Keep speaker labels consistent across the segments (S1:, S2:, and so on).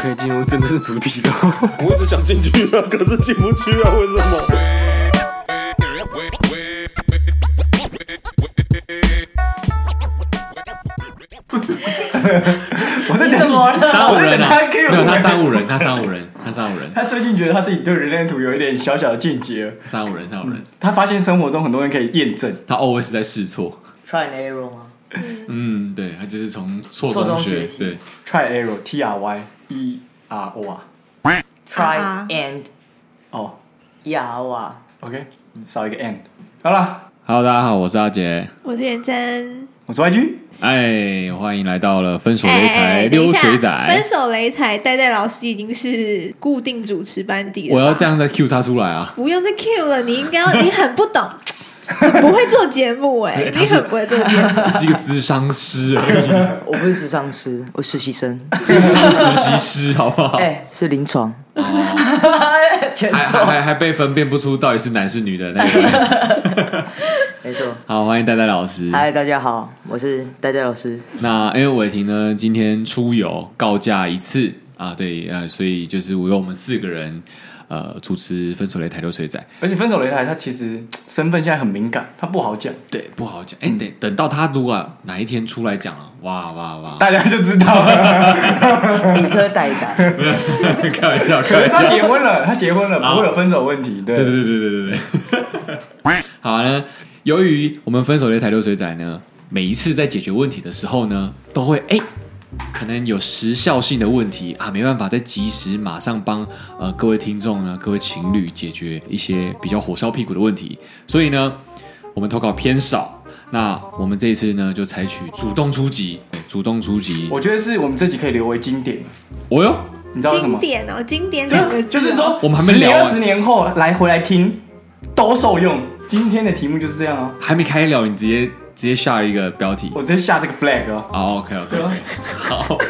S1: 可以进入真正的主题了。
S2: 我一直想进去啊，可是进不去啊，为什么？
S3: 我在
S4: 你 怎
S3: 讲，
S4: 么了？
S5: 三五人
S3: 我在等
S5: 啊，
S3: 他 cue
S5: 没有他三五人，他三五人，他三五人，
S3: 他最近觉得他自己对人类图有一点小小的见解了。
S5: 三五人，三五人，
S3: 他发现生活中很多人可以验证，
S5: 他 always 在试错。
S4: try and error 吗？
S5: 嗯，对，他就是从错
S4: 错
S5: 中
S4: 中学，
S5: 学
S4: 习
S5: 对，
S3: try error T R Y E R O R
S4: try
S6: 啊
S4: and
S3: 哦
S4: e r 啊，
S3: ，OK，少一个 and，好了，
S5: Hello，大家好，我是阿杰。
S6: 我是元真，
S3: 我是 YG，
S5: 哎，欢迎来到了分手擂
S6: 哎
S5: 台
S6: 等一
S5: 溜
S6: 下
S5: 水
S6: 分
S5: 仔。
S6: 手擂台，戴戴老师已经是固定主持班底了。
S5: 我要这，样再 Q 他出来啊！
S6: 不用再 Q 了，你应该要， 你很不懂，你不会做节目 哎、你很不会做节目。哎
S5: 只是一个智商师啊 而已，
S4: 我不是时尚师，我实习生，
S5: 智商实习师，好不好？
S4: 哎，是临 床，哦全
S5: 还还
S4: 错，
S5: 还还被分辨不出到底是男是女的那个。
S4: 没错。
S5: 好，欢迎戴戴老师。
S4: 嗨，大家好，我是戴戴老 师。
S5: 那因为伟霆呢，今天出游告假一次啊，对，呃，所以就是我由我们四个人呃主持《分手擂台流水仔》。
S3: 而且分手擂台他其实身份现在很敏感，他不好讲，
S5: 对，不好讲，哎、等等到他如果哪一天出来讲了，哇哇哇！
S3: 大家就知道了。
S4: 理科代代，
S5: 开玩笑，开
S3: 可是
S5: 玩笑
S3: 他。结婚了，他结婚了，
S5: 啊
S3: 不会有分手问题，对
S5: 对对对对对对对。 好呢，由于我们分手擂台流水仔呢，每一次在解决问题的时候呢，都会哎。可能有时效性的问题啊，没办法在及时马上帮呃各位听众呢、各位情侣解决一些比较火烧屁股的问题，所以呢，我们投稿偏少。那我们这一次呢，就采取主动出击，对主动出击。
S3: 我觉得是我们这集可以留为经典，
S5: 哦哟，
S3: 你知道为什
S6: 经
S3: 么？
S6: 典哦，经典两个
S3: 就
S6: 字、
S3: 就是，说，
S5: 我们还没聊
S3: 二
S5: 完
S3: 十年后来回来听都受用。今天的题目就是这样啊，
S5: 还没开聊，你直接直接下一个标题。
S3: 我直接下这个 flag 啊。
S5: 好，OK
S3: 对
S5: OK，
S3: 啊，
S5: 哦 好，欸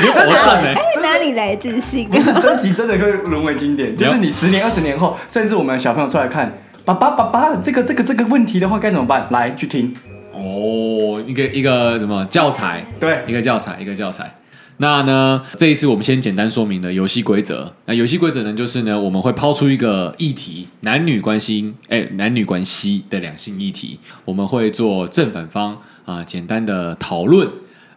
S5: 你有保证呢、
S6: 哎，哪里来 自信
S3: 不？是这集真的可以沦为经典，就是你十年、二十年后，甚至我们小朋友出来看，爸爸爸爸，这个这个这个问题的话该怎么办？来去听，
S5: 哦，一个一个什么教材，
S3: 对
S5: 一个教材，一个教材。那呢，这一次我们先简单说明的游戏规则。那游戏规则呢，就是呢，我们会抛出一个议题，男女关系，哎，男女关系的两性议题，我们会做正反方啊、简单的讨论，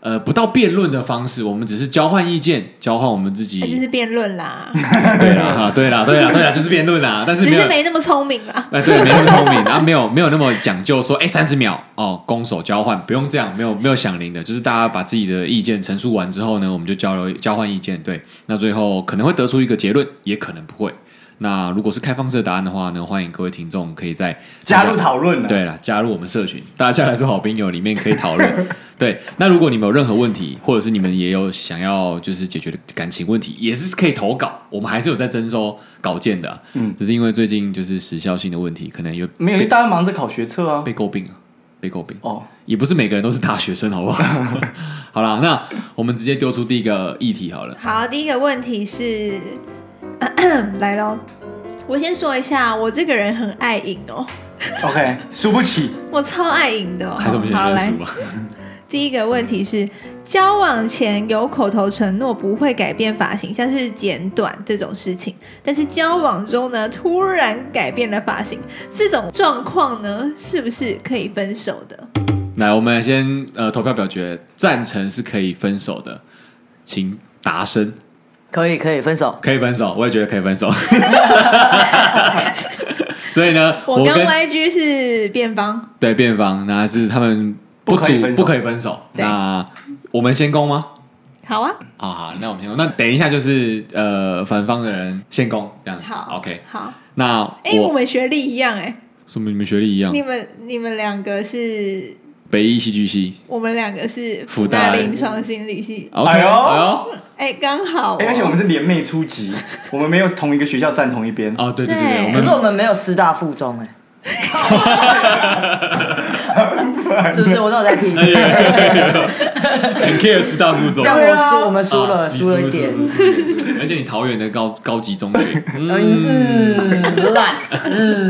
S5: 呃，不到辩论的方式，我们只是交换意见，交换我们自己。
S6: 那哎就是辩 论啦，
S5: 对啦，哈对啦，对啦，对啦，就是辩论啦，但是
S6: 只
S5: 没有
S6: 是没那么聪明啦。
S5: 哎，对，没那么聪明，啊，没 有没有那么讲究说，哎，三十秒哦，攻守交换，不用这样，没有没有响铃的，就是大家把自己的意见陈述完之后呢，我们就交流交换意见，对，那最后可能会得出一个结论，也可能不会。那如果是开放式的答案的话呢，欢迎各位听众可以在
S3: 加入讨论啊了。
S5: 对了，加入我们社群，大家来做好朋友，里面可以讨论。对，那如果你们有任何问题，或者是你们也有想要就是解决的感情问题，也是可以投稿，我们还是有在征收稿件的啊、
S3: 嗯
S5: 只是因为最近就是时效性的问题，可能有
S3: 没有，因为大家忙着考学测啊。
S5: 被诟病啊，被诟病，
S3: 哦，
S5: 也不是每个人都是大学生，好不好？好啦，那我们直接丢出第一个议题好了。
S6: 好，第一个问题是， 来喽。我先说一下，我这个人很爱赢哦，
S3: OK，输不起，
S6: 我超爱赢的、哦。
S5: 还是我们先
S6: 好来
S5: 认输，吧。
S6: 第一个问题是，交往前有口头承诺不会改变发型，像是剪短这种事情，但是交往中呢，突然改变了发型，这种状况呢，是不是可以分手的？
S5: 来，我们先呃投票表决，赞成是可以分手的，请答声。
S4: 可以可以分手，
S5: 可以分手，我也觉得可以分 手。所以呢，我
S6: 我跟
S5: 跟
S6: YG 是辩方，
S5: 对辩方，那是他们
S3: 不
S5: 不
S3: 可以
S5: 足
S3: 分手
S5: 不可以分手。
S6: 对
S5: 那我们先攻吗？
S6: 好啊，
S5: 好好，那我们先攻。那等一下就是呃，反方的人先攻，这样子
S6: 好
S5: ，OK。
S6: 好。
S5: 那
S6: 哎、我
S5: 我
S6: 们学历一样哎、
S5: 什么？你们学历一样
S6: 你？们你们两个是，
S5: 北医戏剧系。
S6: 我们两个是
S5: 复
S6: 复
S5: 旦
S6: 大临床心理系，
S5: OK，
S3: 哎呦
S5: 呦，
S6: 哎、刚好、哦
S3: 哎而且我们是联袂出击，我们没有同一个学校站同一 边。
S5: 哦，对对对，
S6: 对
S5: 我
S6: 嗯
S4: 可是
S5: 们
S4: 我们没有师大附中哎， 是不是？我都有在听，
S5: 很 care 师大附中
S4: 这，样我输，我们输
S5: 啊
S4: 了，
S5: 你
S4: 输了一点，
S5: 输输输 输而且你桃园的高高级中学，嗯。
S4: 嗯，烂，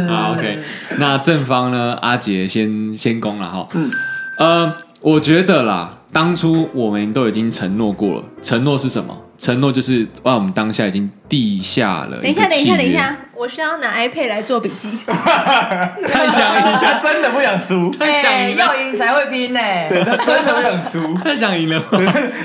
S5: 好，OK。那正方呢？阿杰先先攻了哈。嗯，呃，我觉得啦，当初我们都已经承诺过了，承诺是什么？承诺就是哇，我们当下已经地下了。
S6: 等一下，
S5: 个
S6: 等一
S5: 契
S6: 下，
S5: 约
S6: 等一，下，我是要拿 iPad 来做笔记。
S5: 太想赢了，
S3: 他真的不想输，
S5: 太想
S4: 哎，
S5: 赢了，
S4: 要赢才会拼欸呢。
S3: 对他真的不想输。
S5: 太想赢了。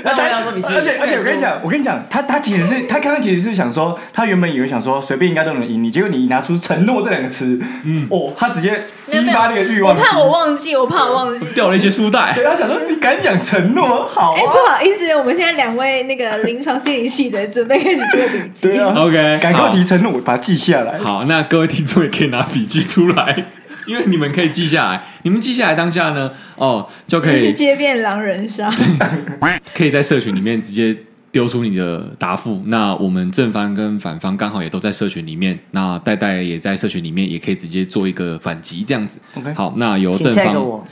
S4: 那我要做笔记。
S3: 而且而且我跟你
S4: 输，
S3: 讲，我跟你讲，他他其实是他刚刚其实是想说，他原本以为想说随便应该都能赢你，结果你拿出承诺这两个词，嗯，哦，他直接激发那个欲
S6: 我
S3: 望。
S6: 怕我忘记，我怕我忘记。
S5: 掉了一些书袋
S3: 对，，他想说你敢讲承诺，好
S6: 哎、
S3: 啊，
S6: 不好意思，我们现在两位那个临床心理系的准备开始做笔记。
S3: 对啊
S5: OK，
S3: 敢给我
S5: 好
S3: 提承诺，我把它记下来。
S5: 好，那各位听众也可以拿笔记出来，因为你们可以记下来。你们记下来当下呢，哦，就 可
S6: 继续
S5: 以
S6: 街变狼人杀，
S5: 可以在社群里面直接丢出你的答复。那我们正方跟反方刚好也都在社群里面，那戴戴也在社群里面，也可以直接做一个反击这样子。
S3: OK
S5: 好，那由
S4: 请
S5: 正
S4: tag
S5: 方，
S4: 我，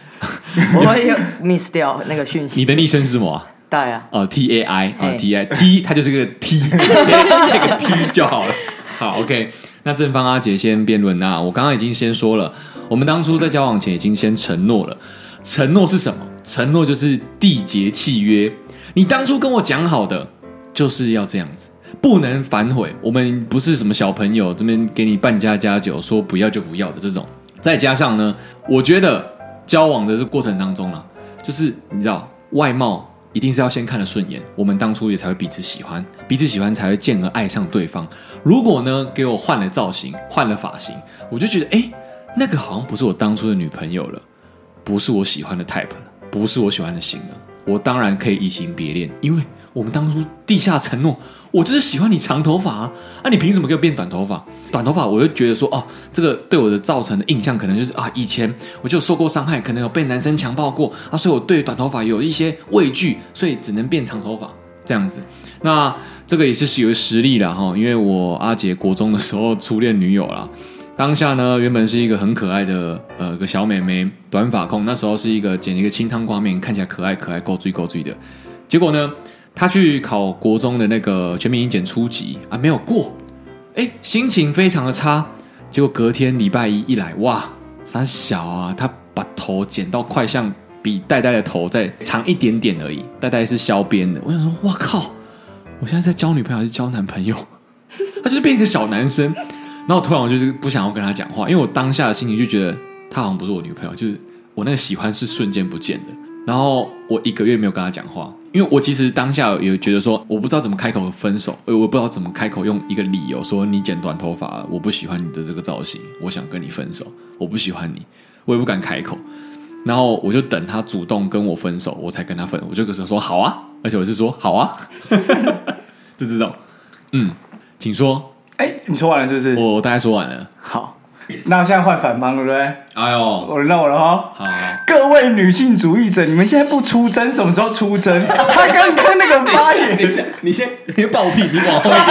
S4: 我会 miss 掉那个讯息。
S5: 你的昵称是什么啊？
S4: 带啊，
S5: 哦，T A I 啊
S4: 嘿
S5: ，T I T，它就是个 T，这个 T 就好了。好，OK。那正方阿杰先辩论啊，我刚刚已经先说了，我们当初在交往前已经先承诺了，承诺是什么？承诺就是缔结契约。你当初跟我讲好的就是要这样子，不能反悔。我们不是什么小朋友这边给你半价加酒，说不要就不要的这种。再加上呢，我觉得交往的这过程当中啦、就是你知道，外貌一定是要先看得顺眼，我们当初也才会彼此喜欢，彼此喜欢才会进而爱上对方。如果呢，给我换了造型，换了发型，我就觉得，哎，那个好像不是我当初的女朋友了，不是我喜欢的 type 了，不是我喜欢的型了。我当然可以移情别恋，因为我们当初地下承诺，我就是喜欢你长头发啊，啊你凭什么给我变短头发？短头发我就觉得说，哦，这个对我的造成的印象可能就是啊，以前我就有受过伤害，可能有被男生强暴过啊，所以我对短头发有一些畏惧，所以只能变长头发这样子。那这个也是有实力了哈，因为我阿杰国中的时候初恋女友啦，当下呢，原本是一个很可爱的呃个小美眉，短发控，那时候是一个剪一个清汤挂面，看起来可爱可爱，够追够追的。结果呢，她去考国中的那个全民英检初级啊，没有过，哎，心情非常的差。结果隔天礼拜一一来，哇，傻小啊，她把头剪到快像比戴戴的头再长一点点而已，戴戴是削边的。我想说，哇靠，我现在在交女朋友还是交男朋友？ 他就是变一个小男生。然后突然我就是不想要跟他讲话，因为我当下的心情就觉得她好像不是我女朋友，就是我那个喜欢是瞬间不见的。然后我一个月没有跟她讲话，因为我其实当下有觉得说我不知道怎么开口分手，呃我不知道怎么开口用一个理由说你剪短头发了，我不喜欢你的这个造型，我想跟你分手，我不喜欢你，我也不敢开口。然后我就等她主动跟我分手，我才跟她分。我就跟她说好啊，而且我是说好啊， 就这种。嗯，请说，
S3: 哎，你说完了是不是？
S5: 我大概说完了。
S3: 好，那现在换反方对不对？
S5: 哎呦，
S3: 我让我了哈。
S5: 好，
S3: 各位女性主义者，你们现在不出征，什么时候出 征？他刚刚那个发言，
S5: 你先你暴屁，你往后一点。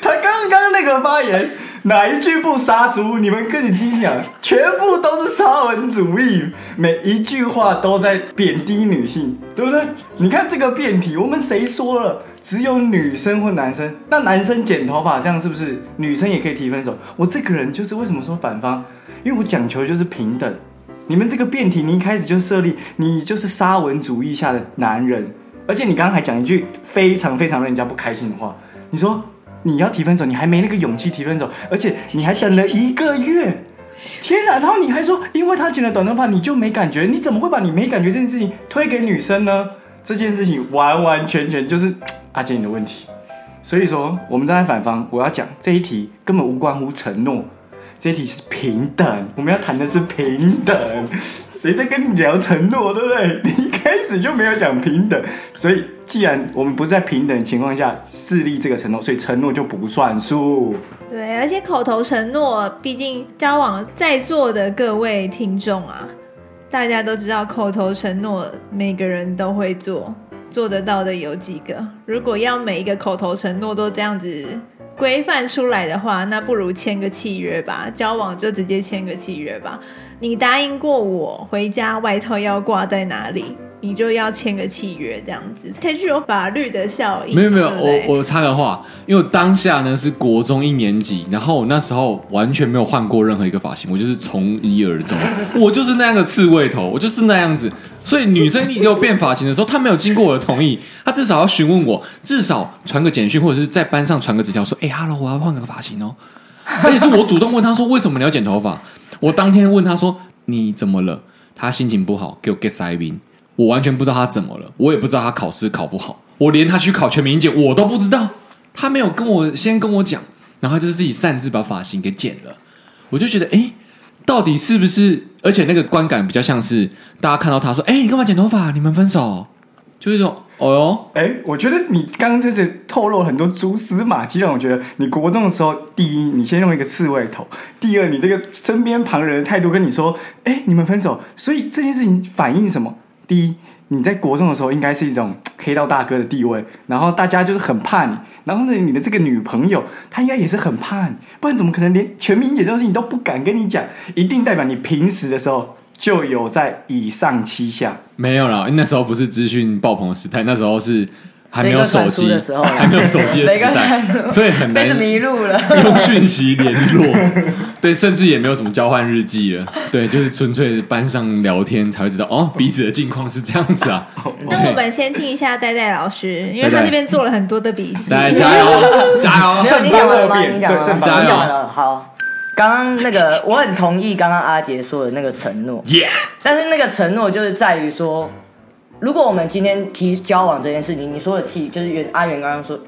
S3: 他刚刚那个发言，哪一句不杀猪？你们跟你心想，全部都是沙文主义，每一句话都在贬低女性，对不对？你看这个辩题，我们谁说了？只有女生或男生，那男生剪头发这样是不是？女生也可以提分手。我这个人就是为什么说反方，因为我讲求就是平等。你们这个辩题，你一开始就设立，你就是沙文主义下的男人，而且你刚刚还讲一句非常非常让人家不开心的话，你说你要提分手，你还没那个勇气提分手，而且你还等了一个月，天哪！然后你还说，因为他剪了短头发，你就没感觉，你怎么会把你没感觉这件事情推给女生呢？这件事情完完全全就是啊阿杰你的问题。所以说，我们站在反方，我要讲这一题根本无关乎承诺，这一题是平等，我们要谈的是平等。谁在跟你聊承诺，对不对？你一开始就没有讲平等，所以既然我们不是在平等的情况下势立这个承诺，所以承诺就不算数。
S6: 对，而且口头承诺，毕竟交往在座的各位听众啊，大家都知道口头承诺每个人都会做，做得到的有几个？如果要每一个口头承诺都这样子规范出来的话，那不如签个契约吧，交往就直接签个契约吧。你答应过我回家外套要挂在哪里，你就要签个契约这样子，才具有法律的效应。
S5: 没有没有，
S6: 对不对
S5: 我我插个话，因为我当下呢是国中一年级，然后我那时候完全没有换过任何一个发型，我就是从一而 终，我就是那样的刺猬头，我就是那样子。所以女生你给我变发型的时候，她没有经过我的同意，她至少要询问我，至少传个简讯或者是在班上传个纸条说：“哎、哈 h e l l o 我要换个发型哦。” 而且是我主动问她说：“为什么你要剪头发？”我当天问她说：“你怎么了？”她心情不好，给我 get 塞宾。我完全不知道他怎么了，我也不知道他考试考不好，我连他去考全民检我都不知道，他没有跟我先跟我讲，然后他就是自己擅自把发型给剪了，我就觉得诶，到底是不是？而且那个观感比较像是大家看到他说：“诶，你干嘛剪头发？你们分手？”就是说：“哦哟，
S3: 哎、我觉得你刚刚就是透露很多蛛丝马迹，让我觉得你国中的时候，第一，你先用一个刺猬头；第二，你这个身边旁人的态度跟你说，哎、你们分手，所以这件事情反映什么？第一，你在国中的时候应该是一种黑道大哥的地位，然后大家就是很怕你，然后呢，你的这个女朋友她应该也是很怕你，不然怎么可能连全民演这种事情都不敢跟你讲？一定代表你平时的时候就有在以上欺下。
S5: 没有啦，那时候不是资讯爆棚的时代，那时候是还没有
S4: 雷哥
S5: 手
S4: 传
S5: 机
S4: 输的时候啦
S5: 还没有手机的时
S4: 雷哥传
S5: 代，
S4: 输
S5: 所以很难
S4: 被子迷路了。
S5: 用讯息联络，对，甚至也没有什么交换日记 了，对，就是纯粹班上聊天才会知道哦，彼此的近况是这样子啊。
S6: 但
S5: 对
S6: 我们先听一下戴戴老师，因
S5: 戴
S6: 为他
S5: 戴
S6: 这边做了很多的笔记。
S5: 来加 油，加油
S4: 没！有，你讲完了吗？你讲完了
S3: 正
S4: 吗，
S3: 反
S5: 啊二
S4: 你
S5: 辩
S4: 讲完了。好，刚刚那个我很同意刚刚阿杰说的那个承诺，
S5: 耶、
S4: 但是那个承诺就是在于说，如果我们今天提交往这件事情，你说的契就是袁阿元刚刚说，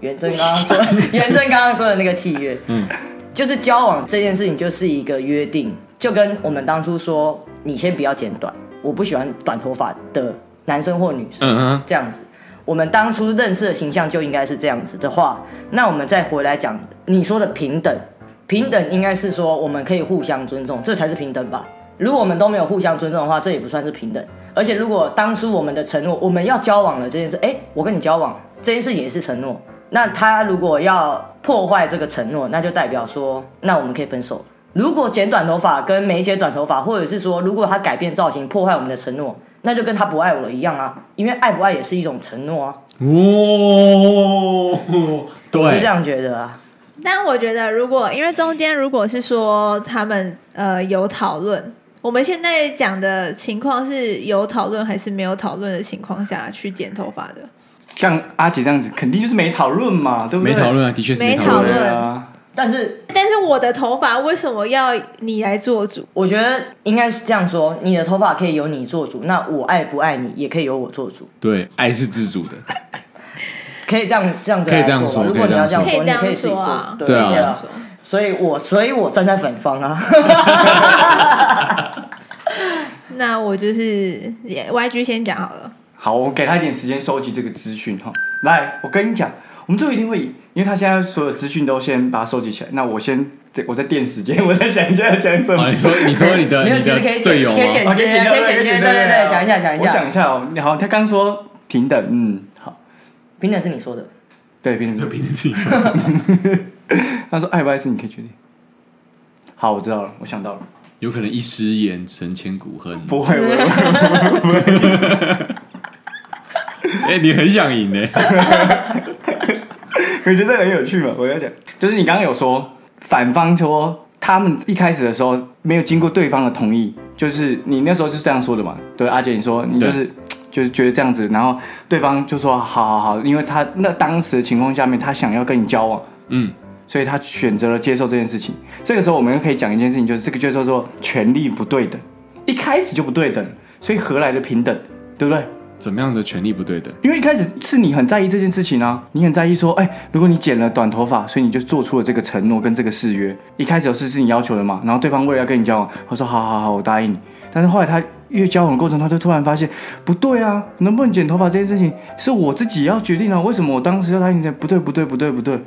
S4: 袁正刚刚说， 袁正刚刚说的那个契约，嗯，就是交往这件事情就是一个约定，就跟我们当初说，你先不要剪短，我不喜欢短头发的男生或女生，
S5: 嗯哼
S4: 这样子。我们当初认识的形象就应该是这样子的话，那我们再回来讲你说的平等，平等应该是说我们可以互相尊重，这才是平等吧？如果我们都没有互相尊重的话，这也不算是平等。而且如果当初我们的承诺，我们要交往了这件事，哎，我跟你交往这件事也是承诺，那他如果要破坏这个承诺，那就代表说，那我们可以分手。如果剪短头发跟没剪短头发，或者是说如果他改变造型破坏我们的承诺，那就跟他不爱我了一样啊，因为爱不爱也是一种承诺啊，
S5: 哦，
S4: 我是这
S5: 对，
S4: 样觉得啊。
S6: 但我觉得，如果因为中间如果是说他们呃有讨论，我们现在讲的情况是有讨论还是没有讨论的情况下去剪头发的？
S3: 像阿姐这样子，肯定就是没讨论嘛，对不对？
S5: 没讨论啊，的确是没
S6: 没讨
S5: 讨
S6: 论
S5: 论。
S3: 对啊，
S4: 但是
S6: 但是我的头发为什么要你来做主？
S4: 我觉得应该是这样说：你的头发可以由你做主，那我爱不爱你也可以由我做主，
S5: 对，爱是自主的，
S4: 可以这样这样子
S5: 可以
S4: 来
S5: 这样
S4: 说吧。
S5: 说
S4: 如果你要这样
S6: 可以
S4: 说，
S6: 这
S4: 你
S6: 样
S4: 可以自己
S6: 说
S4: 做
S6: 啊
S4: 主，对
S5: 对啊
S4: 对啊。所以我所以我站在反方啊，
S6: 那我就是也 YG 先讲好了。
S3: 好，我给他一点时间收集这个资讯哈。来，我跟你讲，我们最后一定会赢，因为他现在所有资讯都先把它收集起来。那我先，我再垫时间， 我再想一下要讲什么。
S5: 啊，你说你说你的
S4: 没有
S5: 你
S4: 其实
S5: 的
S4: 可以
S5: 队
S4: 剪，
S5: 友
S4: 可
S5: 吗
S4: 以？剪
S3: 哦
S4: 接，
S3: 剪掉
S4: 可以剪接，对
S3: 掉
S4: 对对，
S3: 掉
S4: 想一下想一
S3: 我
S4: 下
S3: 想，一下哦。好，他刚说平等，嗯，好，
S4: 平等是你说的，
S3: 对，平
S5: 就
S3: 等。
S5: 凭你自己说，
S3: 他说爱哎不爱是你可以决定。好，我知道了，我想到了，
S5: 有可能一失言神千古恨。
S3: 不会， 不会，
S5: 哎、你很想赢呢、
S3: 我觉得这个很有趣嘛。我要讲，就是你刚刚有说反方说他们一开始的时候没有经过对方的同意，就是你那时候是这样说的嘛？对，阿姐你说你就是就是觉得这样子，然后对方就说好好好，因为他那当时的情况下面，他想要跟你交往，
S5: 嗯，
S3: 所以他选择了接受这件事情。这个时候我们又可以讲一件事情，就是这个就叫做权力不对等，一开始就不对等，所以何来的平等，对不对？
S5: 怎么样的权利不对等？
S3: 因为一开始是你很在意这件事情啊，你很在意说，哎、如果你剪了短头发，所以你就做出了这个承诺跟这个誓约。一开始是是你要求的嘛，然后对方为了要跟你交往，他说好好好，我答应你。但是后来他越交往的过程，他就突然发现不对啊，能不能剪头发这件事情是我自己要决定啊，为什么我当时要答应你？不对不对不对不对，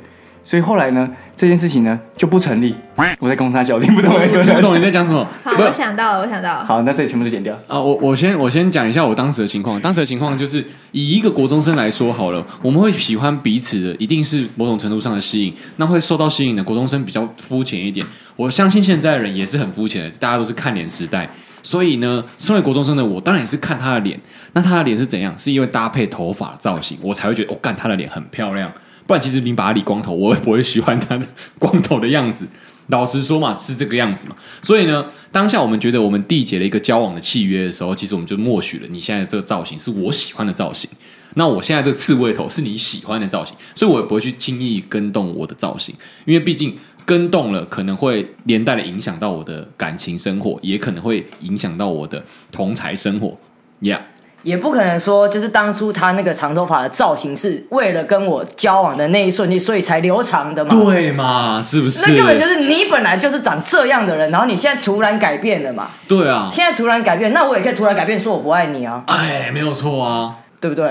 S3: 所以后来呢，这件事情呢就不成立。我在公司小，听不懂，我在
S5: 我
S3: 公
S5: 听不
S3: 司
S5: 懂你在讲什么。
S6: 好，
S5: 不
S6: 我想到了，我想到了。
S3: 好，那这里全部都剪掉。
S5: 啊，我我先我先讲一下我当时的情况。当时的情况就是，以一个国中生来说好了，我们会喜欢彼此的，一定是某种程度上的吸引。那会受到吸引的国中生比较肤浅一点，我相信现在的人也是很肤浅的，大家都是看脸时代。所以呢，身为国中生的我，当然也是看他的脸。那他的脸是怎样？是因为搭配头发造型，我才会觉得，我、哦、干他的脸很漂亮。不然其实你把他理光头，我也不会喜欢他的 光头的样子。老实说嘛，是这个样子嘛。所以呢，当下我们觉得我们缔结了一个交往的契约的时候，其实我们就默许了你现在这个造型是我喜欢的造型。那我现在这刺猬头是你喜欢的造型，所以我也不会去轻易跟动我的造型，因为毕竟跟动了可能会连带的影响到我的感情生活，也可能会影响到我的同才生活。Yeah，
S4: 也不可能说就是当初他那个长头发的造型是为了跟我交往的那一瞬间，所以才留长的嘛。
S5: 对嘛？是不是？
S4: 那根本就是你本来就是长这样的人，然后你现在突然改变了嘛？
S5: 对啊。
S4: 现在突然改变，那我也可以突然改变，说我不爱你啊，
S5: 哎，没有错啊。
S4: 对不对？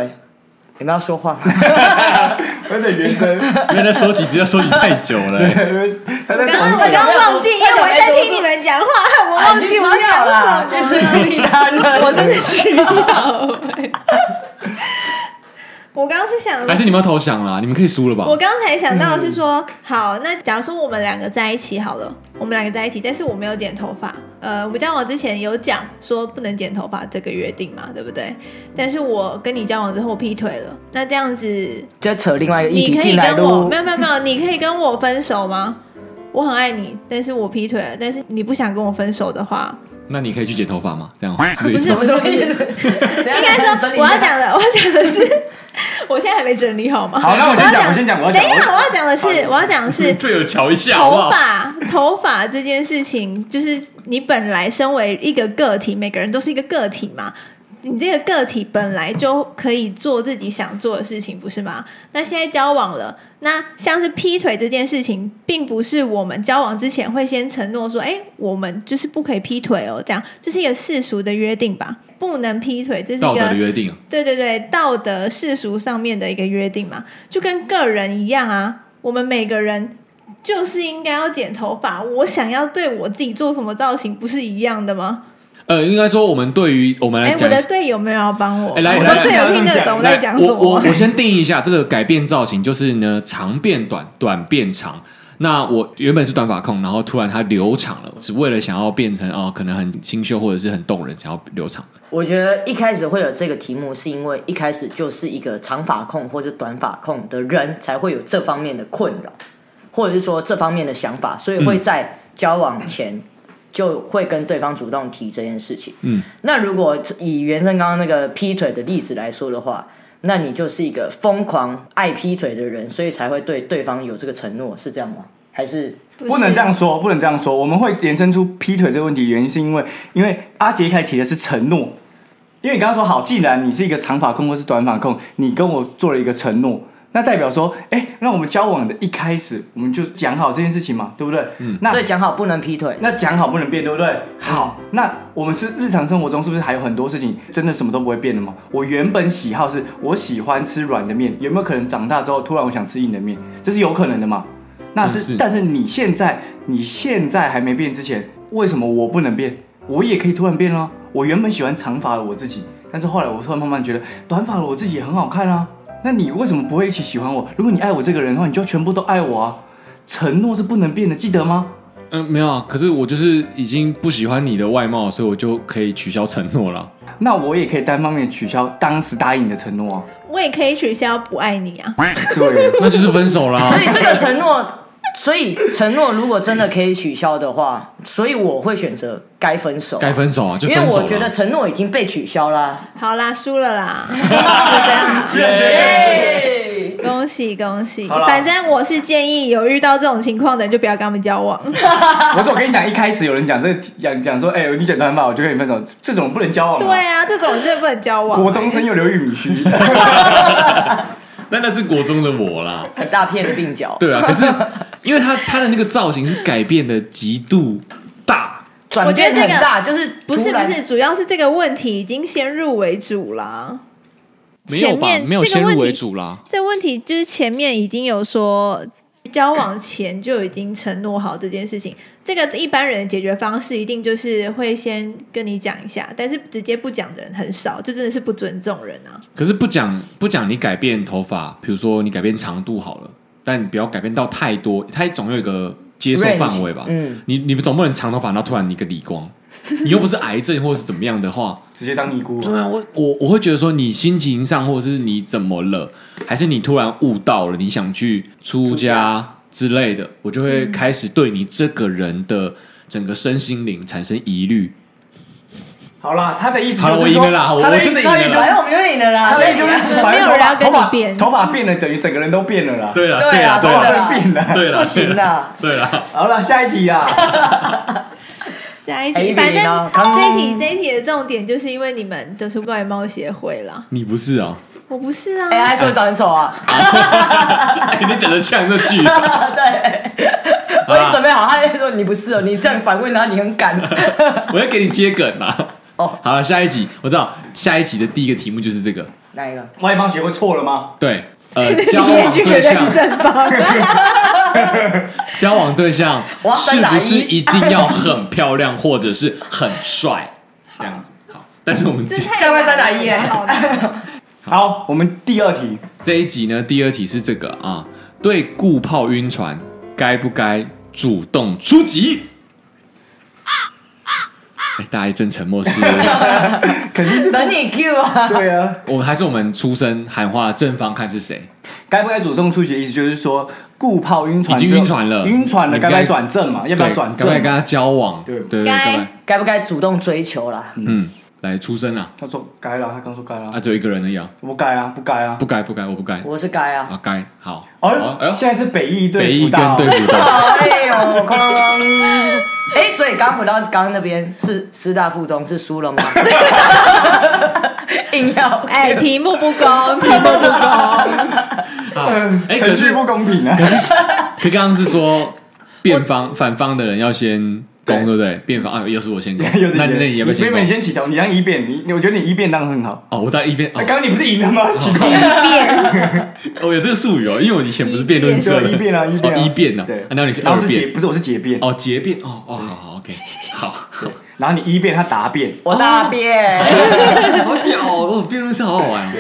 S4: 你们要说话吗，
S3: 有点原 真。
S5: 原来收集资料收集太久了、 欸
S3: 他在
S6: 刚刚
S3: 同
S6: 我刚忘记，因为我在听你们讲话，害我忘记我要讲
S4: 啦，
S6: 什
S4: 去
S6: 么
S4: 吃
S6: 了。
S4: 鸡 蛋了。
S6: 我真的需要。 我刚刚是想
S5: 还是你哦们要投降啦？你们可以输了吧？
S6: 我刚才想到的是说，好，那假如说我们两个在一起好了，我们两个在一起，但是我没有剪头发。呃，我们交往之前有讲说不能剪头发这个约定嘛，对不对？但是我跟你交往之后劈腿了，那这样子
S4: 就扯另哎外一个议
S6: 你
S4: 题
S6: 可以
S4: 进来
S6: 跟我
S4: 录
S6: 没。有没有 没有，你可以跟我分手吗？我很爱你，但是我劈腿了，但是你不想跟我分手的话，
S5: 那你可以去剪头发吗？这样是
S6: 不
S5: 这
S6: 是
S5: 意思吗
S6: 不是不 是，
S4: 应
S6: 应该说我要，讲的， 我要讲的是，我现在还没整理好吗？
S3: 好，那我先讲，我先讲，我要
S6: 等
S3: 讲。
S6: 一下，我要讲的是，我要讲的是
S5: 队友瞧一下好不
S6: 头
S5: 好？
S6: 发，头发这件事情，就是你本来身为一个个体，每个人都是一个个体嘛。你这个个体本来就可以做自己想做的事情，不是吗？那现在交往了，那像是劈腿这件事情，并不是我们交往之前会先承诺说，哎，我们就是不可以劈腿哦，这样这是一个世俗的约定吧？不能劈腿，这是一
S5: 道德
S6: 个
S5: 的约定啊，
S6: 对对对，道德世俗上面的一个约定嘛，就跟个人一样啊。我们每个人就是应该要剪头发，我想要对我自己做什么造型，不是一样的吗？
S5: 呃，应该说我们对于我们来
S6: 哎，
S5: 讲
S6: 我，的队友没有要帮我，
S5: 哎来
S6: 我
S5: 来
S6: 都是有听得懂在
S5: 来
S6: 讲什
S5: 我我
S6: 么。
S5: 我先定义一下，这个改变造型就是呢，长变短，短变长。那我原本是短发控，然后突然它留长了，只为了想要变成哦，可能很清秀或者是很动人，想要哦留长。
S4: 我觉得一开始会有这个题目，是因为一开始就是一个长发控或者短发控的人才会有这方面的困扰，或者是说这方面的想法，所以会在交往前就会跟对方主动提这件事情。
S5: 嗯，
S4: 那如果以原生刚刚那个劈腿的例子来说的话，那你就是一个疯狂爱劈腿的人，所以才会对对方有这个承诺，是这样吗？还是
S3: 不能这样说，不能这样说。我们会延伸出劈腿这个问题，原因是因为，因为阿杰一开始提的是承诺，因为你刚刚说好，既然你是一个长发控或是短发控，你跟我做了一个承诺，那代表说，哎、那我们交往的一开始我们就讲好这件事情嘛，对不对？嗯，那
S4: 所以讲好不能劈腿？
S3: 那讲好不能变，对不对？好，那我们是日常生活中是不是还有很多事情真的什么都不会变的吗？我原本喜好是我喜欢吃软的面，有没有可能长大之后突然我想吃硬的面？这是有可能的嘛？那是，
S5: 嗯是
S3: 但是你现在你现在还没变之前，为什么我不能变？我也可以突然变啊！我原本喜欢长发的我自己，但是后来我突然慢慢觉得短发的我自己也很好看啊。那你为什么不会一起喜欢我？如果你爱我这个人的话，你就全部都爱我啊！承诺是不能变的，记得吗？
S5: 嗯，没有啊，可是我就是已经不喜欢你的外貌，所以我就可以取消承诺 了。
S3: 那我也可以单方面取消当时答应你的承 诺啊。
S6: 我也可以取消不爱你啊，
S3: 对，
S5: 那就是分手 啦。
S4: 所以这个承诺，所以承诺如果真的可以取消的话，所以我会选择该分手。
S5: 该分手 啊，就
S4: 因
S5: 分
S4: 为
S5: 手啦
S4: 我觉 得承诺已经被取消啦。
S6: 好啦，输了啦，就这样。
S4: 耶！
S6: 恭喜恭喜！
S3: 好啦
S6: 反正我是建议有遇到这种情况的，就不要跟他们交往。
S3: 我说我跟你讲，一开始有人讲这个讲讲说，哎、你剪短发我就跟你分手，这种不能交往、啊。
S6: 对，啊，这种真的不能交往。
S3: 国中生又留玉米须，
S5: 那那是国中的我啦。
S4: 很大片的鬓角，
S5: 对啊， 可是因为他他的那个造型是改变的极度大，
S4: 转变很大，就是
S6: 不是
S4: 突
S6: 不
S4: 然
S6: 是，主要是这个问题已经先入为主啦。
S5: 没有吧
S6: 前？面
S5: 没有
S6: 这个
S5: 先
S6: 问
S5: 入
S6: 题
S5: 为主啦。
S6: 这问题就是前面已经有说，交往前就已经承诺好这件事情。 这个一般人的解决方式一定就是会先跟你讲一下，但是直接不讲的人很少，这真的是不尊重人啊。
S5: 可是不讲不讲，你改变头发，比如说你改变长度好了，但你不要改变到太多，它总有一个接受范围吧
S4: Range，。嗯，
S5: 你你们总不能长头发，然后突然一个理光，你又不是癌症或是怎么样的话，
S3: 直接当尼姑
S5: 对啊，我我我会觉得说你心情上，或者是你怎么了，还是你突然悟到了，你想去出家之类的，我就会开始对你这个人的整个身心灵产生疑虑。
S3: 好啦，他的意思
S5: 好
S3: 就
S5: 了
S3: 是
S5: 我赢
S3: 说，
S5: 了啦我
S3: 他的意
S5: 我真的
S3: 思，
S5: 赢
S3: 他
S5: 了
S3: 的意思就是
S5: 啦
S4: 哎反正我们就赢了啦，
S3: 他的意思就是是，反
S6: 哎没
S3: 正
S6: 有
S3: 头
S6: 人要
S3: 发
S6: 跟
S3: 头
S6: 你
S3: 发
S6: 变
S3: 头发变了等于整个人都变了啦。
S5: 对啦
S4: 对啦
S5: 对
S3: 头
S5: 啦
S3: 发
S4: 对
S3: 不
S4: 啦
S3: 能变了。
S5: 对啦
S4: 不行啦。
S5: 对啦，
S3: 好了，下一题啊。
S6: 下一
S4: 哎一比
S6: 题，反
S4: 零啊
S6: 正
S4: 康
S6: 这一题这一题的重点就是因为你们都是外貌协会啦，
S5: 你不是啊？
S6: 我不是啊，
S4: 哎，还说你长很丑 啊？
S5: 哎 你等着呛这句，
S4: 对，我已经准备好，他就说你不是哦，你这样反问他，你很 敢。
S5: 我要给你接梗啦。
S4: 哦，
S5: 好了，下一集我知道，下一集的第一个题目就是这个。
S4: 哪一个？
S3: 外貌协会错了吗？
S5: 对， 呃，交
S6: 你也
S5: 往
S6: 去
S5: 对
S6: 给人
S5: 象，
S6: 正方，
S5: 交往对象
S4: 我要
S5: 是
S4: 分哪
S5: 不
S4: 一
S5: 是一定要很漂亮或者是很帅这样子？好，但是我们
S6: 这
S5: 这
S6: 太
S4: 这样会三打一耶
S6: 好难
S3: 好，我们第二题。
S5: 这一集呢，第二题是这个啊，对顾泡晕船该不该主动出击？
S4: 啊
S5: 哎，大家一阵沉默是，
S3: 肯定是
S4: 等你 Q 啊！
S3: 对啊。
S5: 我们还是我们出声喊话正方看是谁？
S3: 该不该主动出击？意思就是说，顾泡晕船
S5: 已经
S3: 之后
S5: 晕船了
S3: 晕船了，
S5: 你
S3: 该
S5: 该
S3: 不该转正嘛？要不要
S5: 对
S3: 转
S5: 该不该跟
S3: 正？
S5: 他交往？
S3: 对
S5: 对对，
S6: 该
S5: 该不该
S4: 该不该主动追求啦？
S5: 嗯，来出声啊！
S3: 他说该了，他刚说该了
S5: 啊，，只有一个人而已啊，
S3: 我该啊，不该啊。
S5: 不该不该，我不该
S4: 我是该啊！
S5: 啊，该好，好
S3: 哎，现在是北艺
S5: 北
S3: 对
S5: 一
S3: 福
S5: 跟
S3: 大哦，
S5: 对 付大，
S4: 哎呦，哐啷啷！哎，所以刚回到刚刚那边是师大附中是输了吗？ 硬要
S6: 哎，题目不公，题目不公，
S5: 好哎，可
S3: 程序
S5: 是
S3: 不公平啊。
S5: 可刚刚是说辩方反方的人要先
S3: 对
S5: 攻，对不对？辩方啊，又是我先攻
S3: 又，是
S5: 那
S3: 你
S5: 那你要不要先
S3: 妹妹
S5: 攻
S3: 你？先起头，你当一辩，你我觉得你一辩当的很好。
S5: 哦，我在一边哦
S3: 哎，刚刚你不是赢了吗？奇怪，
S6: 一 辩，
S5: 哦，有这个术语哦，因为我以前不是辩论社的
S3: 对一辩啊，一辩啊，
S5: 哦一辩啊
S3: 对
S5: 啊，那你是
S3: 然后
S5: 二
S3: 是结，
S5: 辩
S3: 不是我是结辩，
S5: 哦，结辩哦哦，好好 OK，好，好
S3: 然后你一辩，他答辩。
S4: 我大便。
S5: 屌哦，辩论社好好玩哦。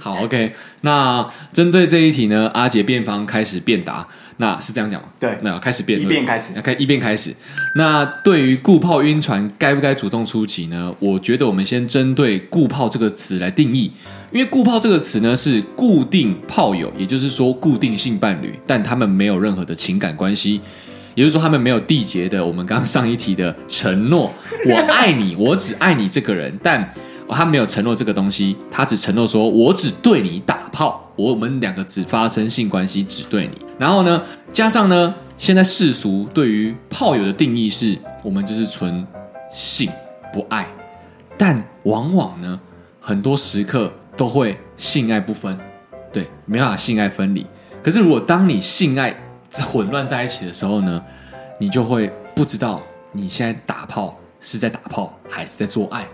S5: 好 OK，那针对这一题呢，阿杰辩方开始辩答，那是这样讲吗？
S3: 对
S5: 那开始辩论，
S3: 一辩开始
S5: 要开一辩开始。那对于顾炮晕船该不该主动出击呢？我觉得我们先针对“顾炮”这个词来定义，因为“顾炮”这个词呢是固定炮友，也就是说固定性伴侣，但他们没有任何的情感关系。也就是说，他们没有缔结的我们刚刚上一题的承诺，我爱你，我只爱你这个人，但哦他没有承诺这个东西，他只承诺说我只对你打炮，我们两个只发生性关系，只对你。然后呢，加上呢，现在世俗对于炮友的定义是，我们就是纯性不爱，但往往呢，很多时刻都会性爱不分，对，没办法性爱分离。可是如果当你性爱 混乱在一起的时候呢，你就会不知道你现在打炮是在打炮还是在做爱。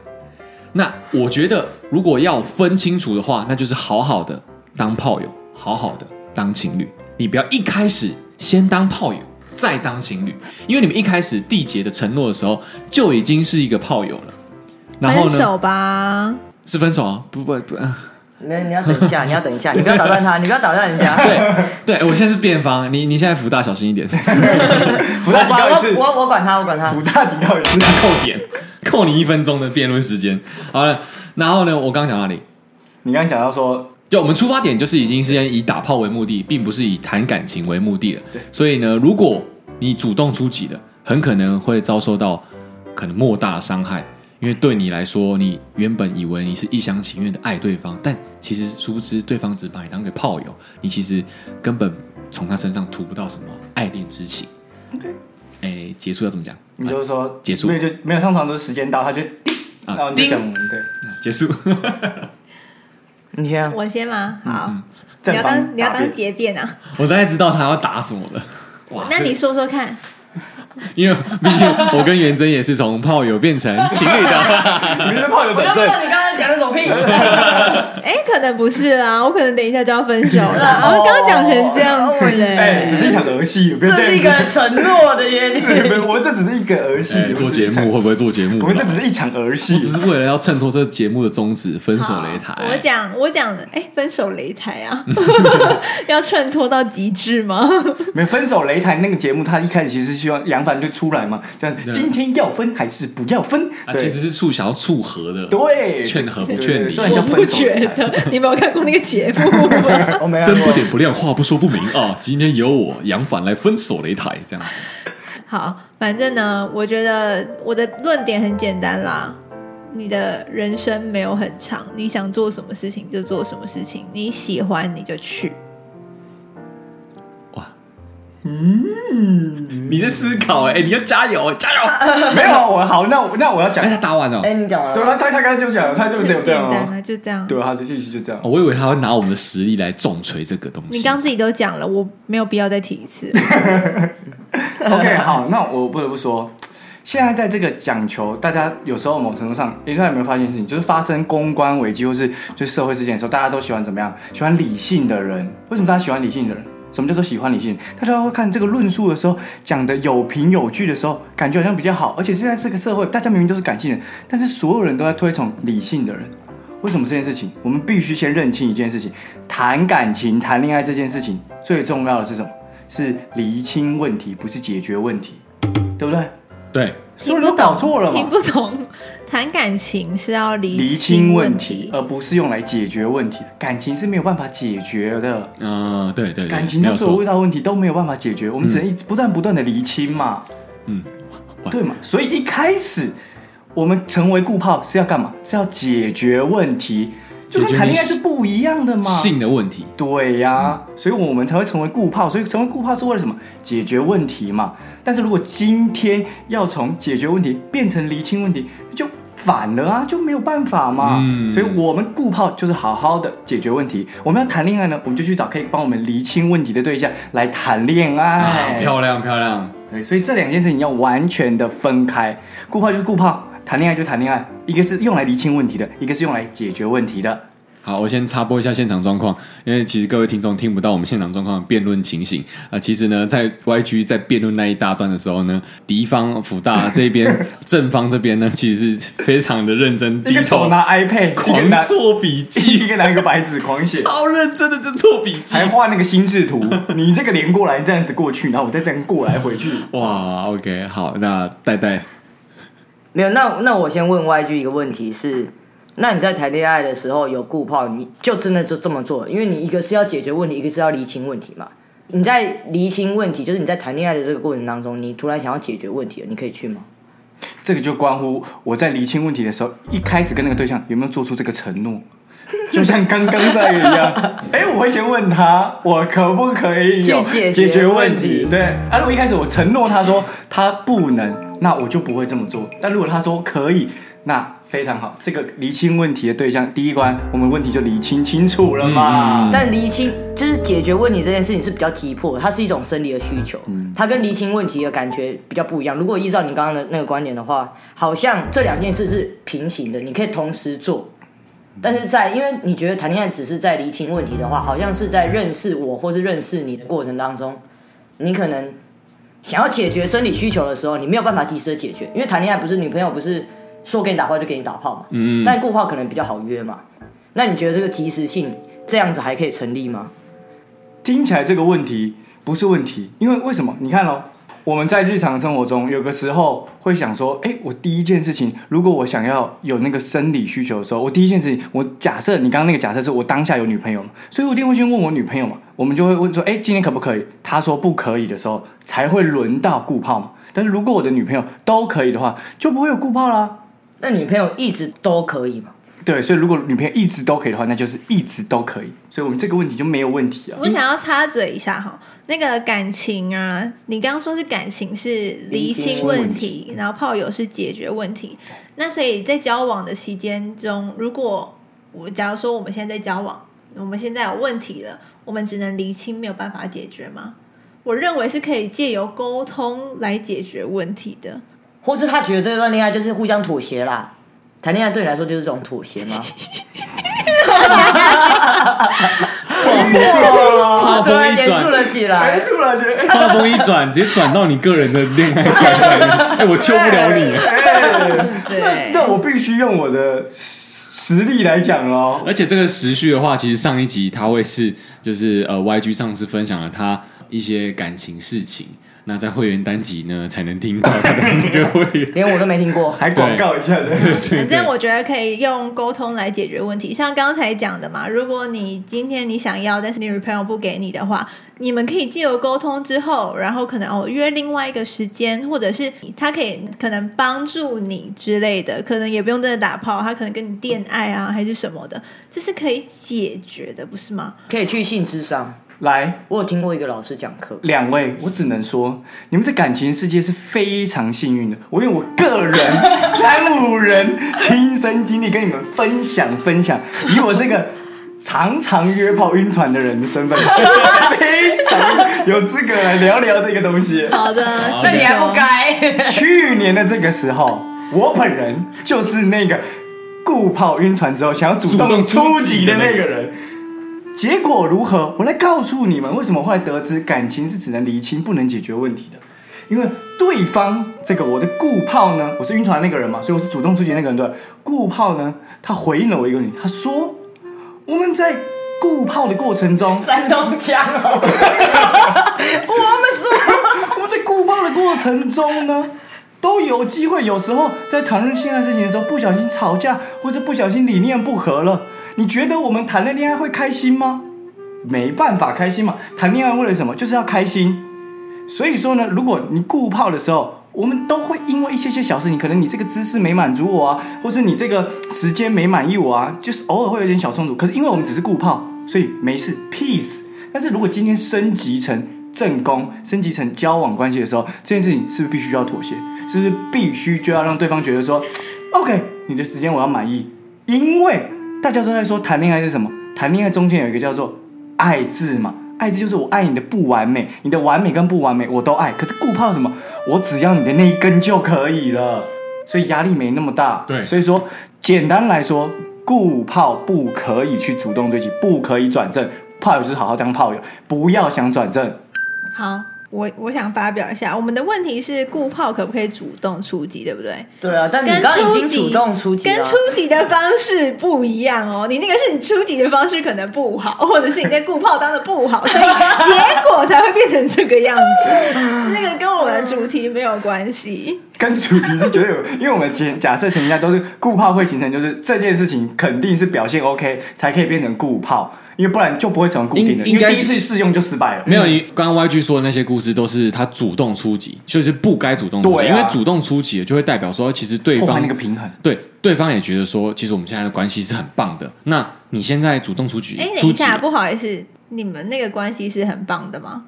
S5: 那我觉得，如果要分清楚的话，那就是好好的当炮友，好好的当情侣。你不要一开始先当炮友，再当情侣，因为你们一开始缔结的承诺的时候，就已经是一个炮友了。然后
S6: 分
S5: 呢，
S6: 手吧，
S5: 是分手啊？不不不，啊
S4: 没有，你要等一下，你要等一下，你不要打断他，你不要打断人家。
S5: 对对，我现在是辩方，你你现在福大小心一点，
S3: 福大
S4: 我
S3: 警告一次
S4: 管，我我我管他，我管他。
S3: 福大警告一次。
S5: 扣点，扣你一分钟的辩论时间。好了，然后呢，我刚讲哪里？
S3: 你刚刚讲到说，
S5: 就我们出发点就是已经是以打炮为目的，并不是以谈感情为目的了。
S3: 对
S5: 所以呢，如果你主动出击了，很可能会遭受到可能莫大的伤害，因为对你来说，你原本以为你是一厢情愿的爱对方，但其实殊不知对方只把你当个炮友，你其实根本从他身上吐不到什么爱恋之情。OK，哎，结束要怎么讲？
S3: 你就是说
S5: 结束
S3: 没有就没有上床，就是时间到，他就叮，
S5: 啊
S3: 然后哦你就
S5: 叮
S3: 讲对
S5: 结束。
S4: 你先，啊
S6: 我先吗？
S5: 嗯
S6: 好，你
S3: 正
S6: 要
S3: 方
S6: 当你要
S3: 答
S6: 当
S3: 辩。
S6: 结辩啊，
S5: 我大概知道他要打什么了。哇
S6: 那你说说看，
S5: 因为毕竟我跟元真也是从炮友变成情侣 的，
S3: 你是炮友
S4: 我就
S3: 转
S4: 不
S3: 正
S4: 知道，你刚刚在讲的什么屁。
S6: 哎，可能不是啊，我可能等一下就要分 手了，啊
S4: 哦
S6: 我刚刚讲成这样子
S3: 哎，只
S6: 嘞，
S3: 是一场儿戏，不要
S4: 嗯这
S3: 这
S4: 是一
S3: 样
S4: 个嗯
S3: 子。
S4: 承诺的约
S3: 对
S4: 定。
S3: 没有我们这只是一个儿戏，
S5: 哎
S3: 我们
S5: 做
S3: 只是
S5: 节
S3: 一场
S5: 目会不会做节目？
S3: 我们这只是一场儿戏
S5: 我，只是为了要衬托这节目的宗旨，分手
S6: 好
S5: 擂台。
S6: 我讲我讲，哎，分手擂台 啊，要衬托到极致吗？
S3: 没有分手擂台那个节目，它一开始其实希望杨凡就出来嘛，这样今天要分还是不要分？
S5: 啊，
S3: 对
S5: 其实是促想要促和的，
S3: 对
S5: 劝和不
S3: 对
S5: 劝离，
S3: 虽然叫
S6: 我不
S3: 分手擂
S6: 觉
S3: 台，
S6: 得，你没有看过那个节目吗？
S4: 我没看
S5: 灯
S4: 过
S5: 不点不亮，话不说不明啊！今天由我杨凡来分手擂台，这样子。
S6: 好，反正呢，我觉得我的论点很简单啦。你的人生没有很长，你想做什么事情就做什么事情，你喜欢你就去。
S3: 嗯
S5: 你在思考哎、你要加油，加油！
S3: 没有啊，我好，那我那我要讲
S5: 哎，，他打完了、
S4: 哎，你讲完
S3: 对吧？
S4: 了，
S3: 他他刚才就讲了，他就只有
S6: 很
S3: 这
S6: 简
S3: 样
S6: 单
S3: 哦，
S6: 啊，就这样。
S3: 对，他的信息就这样
S5: 哦。我以为他会拿我们的实力来重锤这个东西。
S6: 你刚自己都讲了，我没有必要再提一次。
S3: OK，好，那我不得不说，现在在这个讲求，大家有时候某程度上，你知道有没有发现一件事情，就是发生公关危机或是就是社会事件的时候，大家都喜欢怎么样？喜欢理性的人。为什么大家喜欢理性的人？什么叫做喜欢理性？大家会看这个论述的时候，讲的有凭有据的时候，感觉好像比较好。而且现在这个社会，大家明明都是感性人，但是所有人都在推崇理性的人。为什么这件事情？我们必须先认清一件事情：谈感情、谈恋爱这件事情，最重要的是什么？是厘清问题，不是解决问题，对不对？
S5: 对，
S3: 所有人都搞错了
S6: 听
S3: 嘛。
S6: 不懂，谈感情是要厘
S3: 厘清问
S6: 问
S3: 题，而不是用来解决问题的。感情是没有办法解决的，
S5: 嗯、对对对，
S3: 感情
S5: 没
S3: 中
S5: 有
S3: 所有
S5: 错
S3: 遇。到的问题都没有办法解决，我们只能一直不断不断的厘清嘛，
S5: 嗯，
S3: 对嘛？所以一开始我们成为顾炮是要干嘛？是要解决问题，就跟
S5: 解决你
S3: 谈恋爱是不一样的嘛。
S5: 性的问题，
S3: 对呀、所以我们才会成为固炮，所以成为固炮是为了什么？解决问题嘛。但是如果今天要从解决问题变成厘清问题，就反了啊，就没有办法嘛。
S5: 嗯
S3: 所以我们固炮就是好好的解决问题。我们要谈恋爱呢，我们就去找可以帮我们厘清问题的对象来谈恋
S6: 哎
S5: 啊，
S3: 爱。
S5: 漂亮漂亮，
S3: 对，所以这两件事情要完全的分开，固炮就是固炮，谈恋爱就谈恋爱，一个是用来厘清问题的，一个是用来解决问题的。
S5: 好，我先插播一下现场状况，因为其实各位听众听不到我们现场状况的辩论情形啊、其实呢，在 YG 在辩论那一大段的时候呢，敌方福大 这边，正方这边呢，其实是非常的认真，
S3: 一
S5: 低
S3: 个手
S5: 头
S3: 拿 iPad，一个
S5: 狂
S3: 拿
S5: 做笔
S3: 一
S5: 记，
S3: 个拿一个白纸狂 写，
S5: 超认真的在做笔记。
S3: 还画那个心智图。你这个连过来这样子过去，然后我再这样过来回去。
S5: 哇，OK，好，那戴戴，
S4: 没有。那那我先问 YG 一个问题是，那你在谈恋爱的时候有顾炮，你就真的就这么做？因为你一个是要解决问题，一个是要厘清问题嘛。你在厘清问题，就是你在谈恋爱的这个过程当中，你突然想要解决问题了，你可以去吗？
S3: 这个就关乎我在厘清问题的时候，一开始跟那个对象有没有做出这个承 诺。就像刚刚那个一样，哎、我会先问他，我可不可以有
S4: 去解决
S3: 解决问
S4: 问题
S3: 题？对，啊，如果一开始我承诺他说他不能，那我就不会这么做。但如果他说可以，那非常好。这个厘清问题的对象，第一关我们问题就厘清清楚了嘛。
S5: 嗯
S4: 但厘清就是解决问题这件事情是比较急迫的，它是一种生理的需求，它跟厘清问题的感觉比较不一样。如果依照你刚刚的那个观点的话，好像这两件事是平行的，你可以同时做。但是在因为你觉得谈恋爱只是在厘清问题的话，好像是在认识我或是认识你的过程当中，你可能想要解决生理需求的时候，你没有办法及时的解决，因为谈恋爱不是女朋友不是说给你打炮就给你打炮嘛，嗯，但顾炮可能比较好约嘛。那你觉得这个及时性这样子还可以成立吗？
S3: 听起来这个问题不是问题，因为为什么？你看哦，我们在日常生活中有个时候会想说，哎，我第一件事情，如果我想要有那个生理需求的时候，我第一件事情，我假设你刚刚那个假设是我当下有女朋友嘛，所以我一定会先问我女朋友嘛，我们就会问说，哎，今天可不可以？她说不可以的时候，才会轮到顾炮嘛。但是如果我的女朋友都可以的话，就不会有顾炮啦。
S4: 那女朋友一直都可以吗？
S3: 对，所以如果女朋友一直都可以的话，那就是一直都可以。所以我们这个问题就没有问题啊。
S6: 我想要插嘴一下哈，那个感情啊，你刚刚说是感情是离心问题，然后炮友是解决问题。那所以在交往的期间中，如果我假如说我们现在在交往，我们现在有问题了，我们只能厘清，没有办法解决吗？我认为是可以借由沟通来解决问题的。
S4: 或是他觉得这段恋爱就是互相妥协啦？谈恋爱对你来说就是这种妥协吗？
S5: 话
S4: 哇哦突
S5: 锋
S4: 然
S5: 一
S4: 严肃
S5: 转，
S4: 了起来。
S3: 突然觉得，哎
S5: 话锋一转，直接转到你个人的恋爱状态 里面。哎、我救不了你。
S6: 对
S3: 哎那我必须用我的实力来讲喽。
S5: 而且这个时序的话，其实上一集他会是就是呃 YG 上次分享了他一些感情事情，那在会员单集呢才能听到他的那个会 员。
S4: 连我都没听过。
S3: 还广告一下的，
S6: 反正我觉得可以用沟通来解决问题，像刚才讲的嘛，如果你今天你想要，但是你女朋友不给你的话，你们可以借由沟通之后，然后可能哦约另外一个时间，或者是他可以可能帮助你之类的，可能也不用真的打炮，他可能跟你恋爱啊还是什么的，就是可以解决的，不是吗？
S4: 可以去性智商，
S3: 来，
S4: 我有听过一个老师讲课，
S3: 两位，我只能说，你们在感情世界是非常幸运的。我用我个人三五人亲身经历跟你们分享分享，以我这个常常约炮晕船的人的身份， 非常有资格来聊聊这个东西。
S6: 好的，
S4: 那你还 不该？
S3: 去年的这个时候，我本人就是那个顾泡晕船之后想要主动出击的那个人。结果如何？我来告诉你们，为什么后来得知感情是只能厘清，不能解决问题的。因为对方这个我的顾泡呢，我是晕船的那个人嘛，所以我是主动出击的那个人。对吧，顾泡呢，他回应了我一个问题，他说我们在顾泡的过程中，
S4: 山东腔哦，我们 说
S3: 我们在顾泡的过程中呢，都有机会，有时候在谈论性爱事情的时候，不小心吵架，或者不小心理念不合了。你觉得我们谈了恋爱会开心吗？没办法开心嘛，谈恋爱为了什么？就是要开心。所以说呢，如果你顾泡的时候，我们都会因为一些些小事情，可能你这个姿势没满足我啊，或是你这个时间没满意我啊，就是偶尔会有点小冲突。可是因为我们只是顾泡，所以没事，peace。但是如果今天升级成正宫，升级成交往关系的时候，这件事情是不是必须要妥协？是不是必须就要让对方觉得说，OK，你的时间我要满意，因为大家都在说谈恋爱是什么？谈恋爱中间有一个叫做爱字嘛，爱字就是我爱你的不完美，你的完美跟不完美我都爱。可是顾泡什么？我只要你的那一根就可以了，所以压力没那么大。
S5: 对
S3: 所以说简单来说，顾泡不可以去主动追求，不可以转正。炮友就是好好当炮友，不要想转正。
S6: 好。我我想发表一下，我们的问题是顾炮可不可以主动出击，对不对？
S4: 对啊，但你
S6: 跟
S4: 刚刚已
S6: 初
S4: 经
S6: 级
S4: 主动出击
S6: 跟
S4: 了
S6: 初。级的方式不一样哦。 你那个是你初级的方式可能不好， 或者是你在顾炮当的不好，所以结果才会变成这个 样子。那个跟我们的主题没有关系。
S3: 跟主题是绝对有，因为我们前假设前提下都是固炮会形成，就是这件事情肯定是表现 OK 才可以变成固炮，因为不然就不会成为固定的，
S5: 应
S3: 因
S5: 应该
S3: 为第
S5: 是
S3: 一次试用就失败了。
S5: 没有，你刚刚 YG 说的那些故事都是他主动出击，就是不该主动出击，
S3: 对啊
S5: 因为主动出击就会代表说，其实对
S3: 破坏
S5: 方
S3: 那个平衡，
S5: 对对方也觉得说，其实我们现在的关系是很棒的。那你现在主动出击
S6: 哎，，等
S5: 出
S6: 一
S5: 击，
S6: 下，不好意思，你们那个关系是很棒的吗？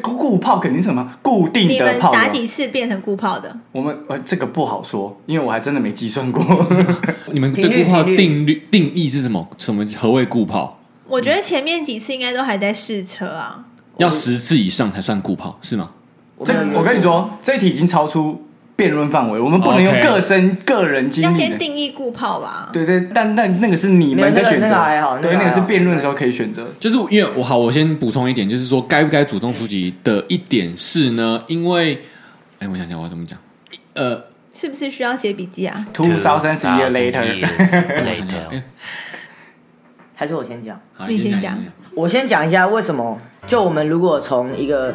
S3: 固固炮肯定是什么固定
S6: 你
S3: 的
S6: 们
S3: 炮
S6: 打
S3: 友。
S6: 几次变成顾炮的？
S3: 我们呃这个不好说，因为我还真的没计算过。
S5: 你们
S4: 频率
S5: 对顾炮
S4: 频率
S5: 定律定义是什么？什么何谓顾炮？
S6: 我觉得前面几次应该都还在试车啊。
S5: 要十次以上才算顾炮是吗？
S3: 这个我跟你说，这一题已经超出辩论范围，我们不能用
S5: OK
S3: 个身个人经
S6: 要
S3: 历
S6: 先
S3: 的。
S6: 定义顾炮吧，
S3: 对对，但但那个是你们的
S4: 没有那个
S3: 选择
S4: 那个还好，
S3: 对，
S4: 那
S3: 那
S4: 个还
S3: 个是
S4: 好
S3: 辩论的时候可以选择。
S5: 就是因为我好，我先补充一点，就是说该不该主动出击的一点是呢，因为哎，我想想我要怎么讲，呃，
S6: 是不是需要写笔记啊？
S3: Two thousand year later，
S5: 哎
S4: 还是我先讲，
S5: 好
S6: 你先
S5: 讲
S6: 讲，
S4: 我先讲一下为什么。就我们如果从一个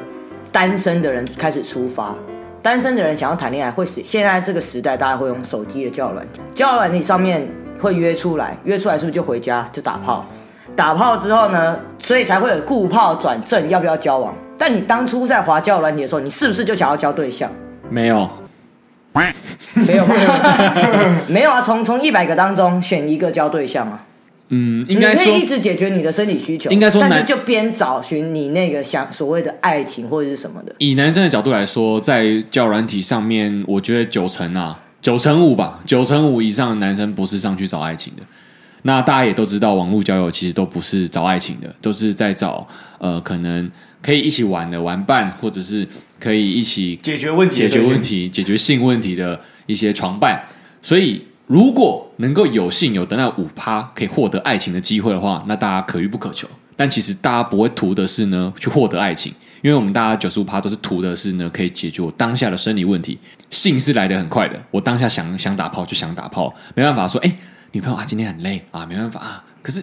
S4: 单身的人开始出发，单身的人想要谈恋爱，会使现在这个时代大家会用手机的交友软件，交友软件上面会约出来，约出来是不是就回家就打炮？打炮之后呢，所以才会有顾炮转正，要不要交往？但你当初在滑交友软件的时候，你是不是就想要交对象？
S5: 没有，
S4: 没有，没有啊！从从一百个当中选一个交对象啊，
S5: 嗯，应该
S4: 你可以
S5: 说
S4: 一直解决你的生理需求，
S5: 应该说
S4: 但是
S5: 男
S4: 就边找寻你那个想所谓的爱情或者是什么的，
S5: 以男生的角度来说，在教软体上面，我觉得九成啊，九成五吧，九成五以上的男生不是上去找爱情的。那大家也都知道，网络交友其实都不是找爱情的，都是在找呃，可能可以一起玩的玩伴，或者是可以一起
S3: 解决问题
S5: 解
S3: 的
S5: 决
S3: 对象
S5: 问题、解决性问题的一些床伴。所以，如果能够有幸有得到五趴可以获得爱情的机会的话，那大家可遇不可求。但其实大家不会图的是呢，去获得爱情，因为我们大家九十五趴都是图的是呢，可以解决我当下的生理问题。性是来得很快的，我当下想想打炮就想打炮，没办法说，哎、女朋友啊，今天很累啊，没办法啊，可是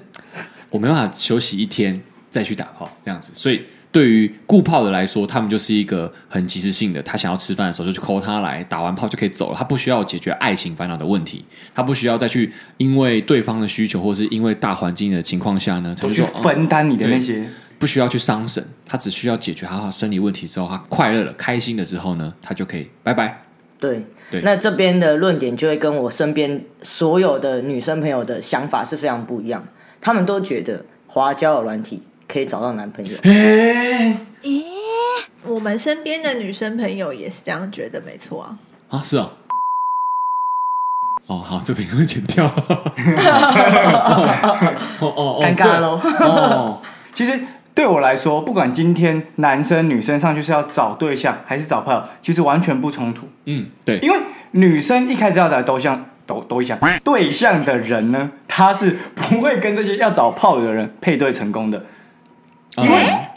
S5: 我没办法休息一天再去打炮这样子，所以对于顾炮的来说，他们就是一个很及时性的，他想要吃饭的时候就去 call 他来，打完炮就可以走了，他不需要解决爱情烦恼的问题，他不需要再去因为对方的需求或是因为大环境的情况下呢，才
S3: 都
S5: 去
S3: 去
S5: 说哦
S3: 分担你的那些。
S5: 不需要去伤神，他只需要解决他生理问题之后，他快乐了、开心了之后呢，他就可以拜拜。
S4: 对，
S5: 对
S4: 那这边的论点就会跟我身边所有的女生朋友的想法是非常不一样，她们都觉得滑交友软体可以找到男朋友。
S5: 哎
S6: 我们身边的女生朋友也是这样觉得，没错啊。
S5: 啊，是哦。哦，好，这边会剪 掉。哦哦哦，
S4: 尴尬咯
S5: 对哦，
S3: 其实对我来说，不管今天男生女生上去是要找对象还是找朋友，其实完全不冲突。
S5: 嗯，对，
S3: 因为女生一开始要找对象，都都一想对象的人呢，他是不会跟这些要找炮的人配对成功的。
S5: 哦
S3: 嗯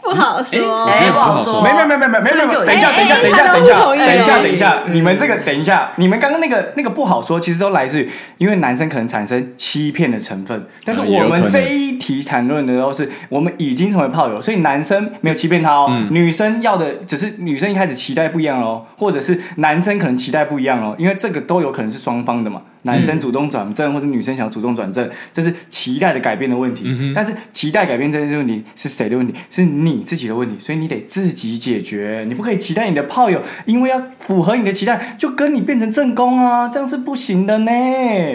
S6: 不好说，
S5: 哎
S4: 哎，不好
S5: 哦
S4: 说，
S3: 没没没没没没没，
S4: 这个就有
S3: 等一下等
S4: 哎
S3: 一下
S6: 哎
S3: 等一下
S6: 他
S3: 等
S6: 都
S3: 一
S6: 不
S3: 下
S6: 同意
S3: 等一下
S6: 哦
S3: 等一下，你们这个等一下，你们刚刚那个那个不好说，其实都来自于因为男生可能产生欺骗的成分，但是
S5: 嗯也有
S3: 我们
S5: 可能
S3: 这一题谈论的都是我们已经成为炮友，所以男生没有欺骗他哦，
S5: 嗯
S3: 女生要的只是女生一开始期待不一样哦，或者是男生可能期待不一样哦，因为这个都有可能是双方的嘛。男生主动转正，或者女生想要主动转正，这是期待的改变的问题。但是期待改变这件问题是谁的问题？是你自己的问题，所以你得自己解决。你不可以期待你的炮友，因为要符合你的期待，就跟你变成正宫啊，这样是不行的呢。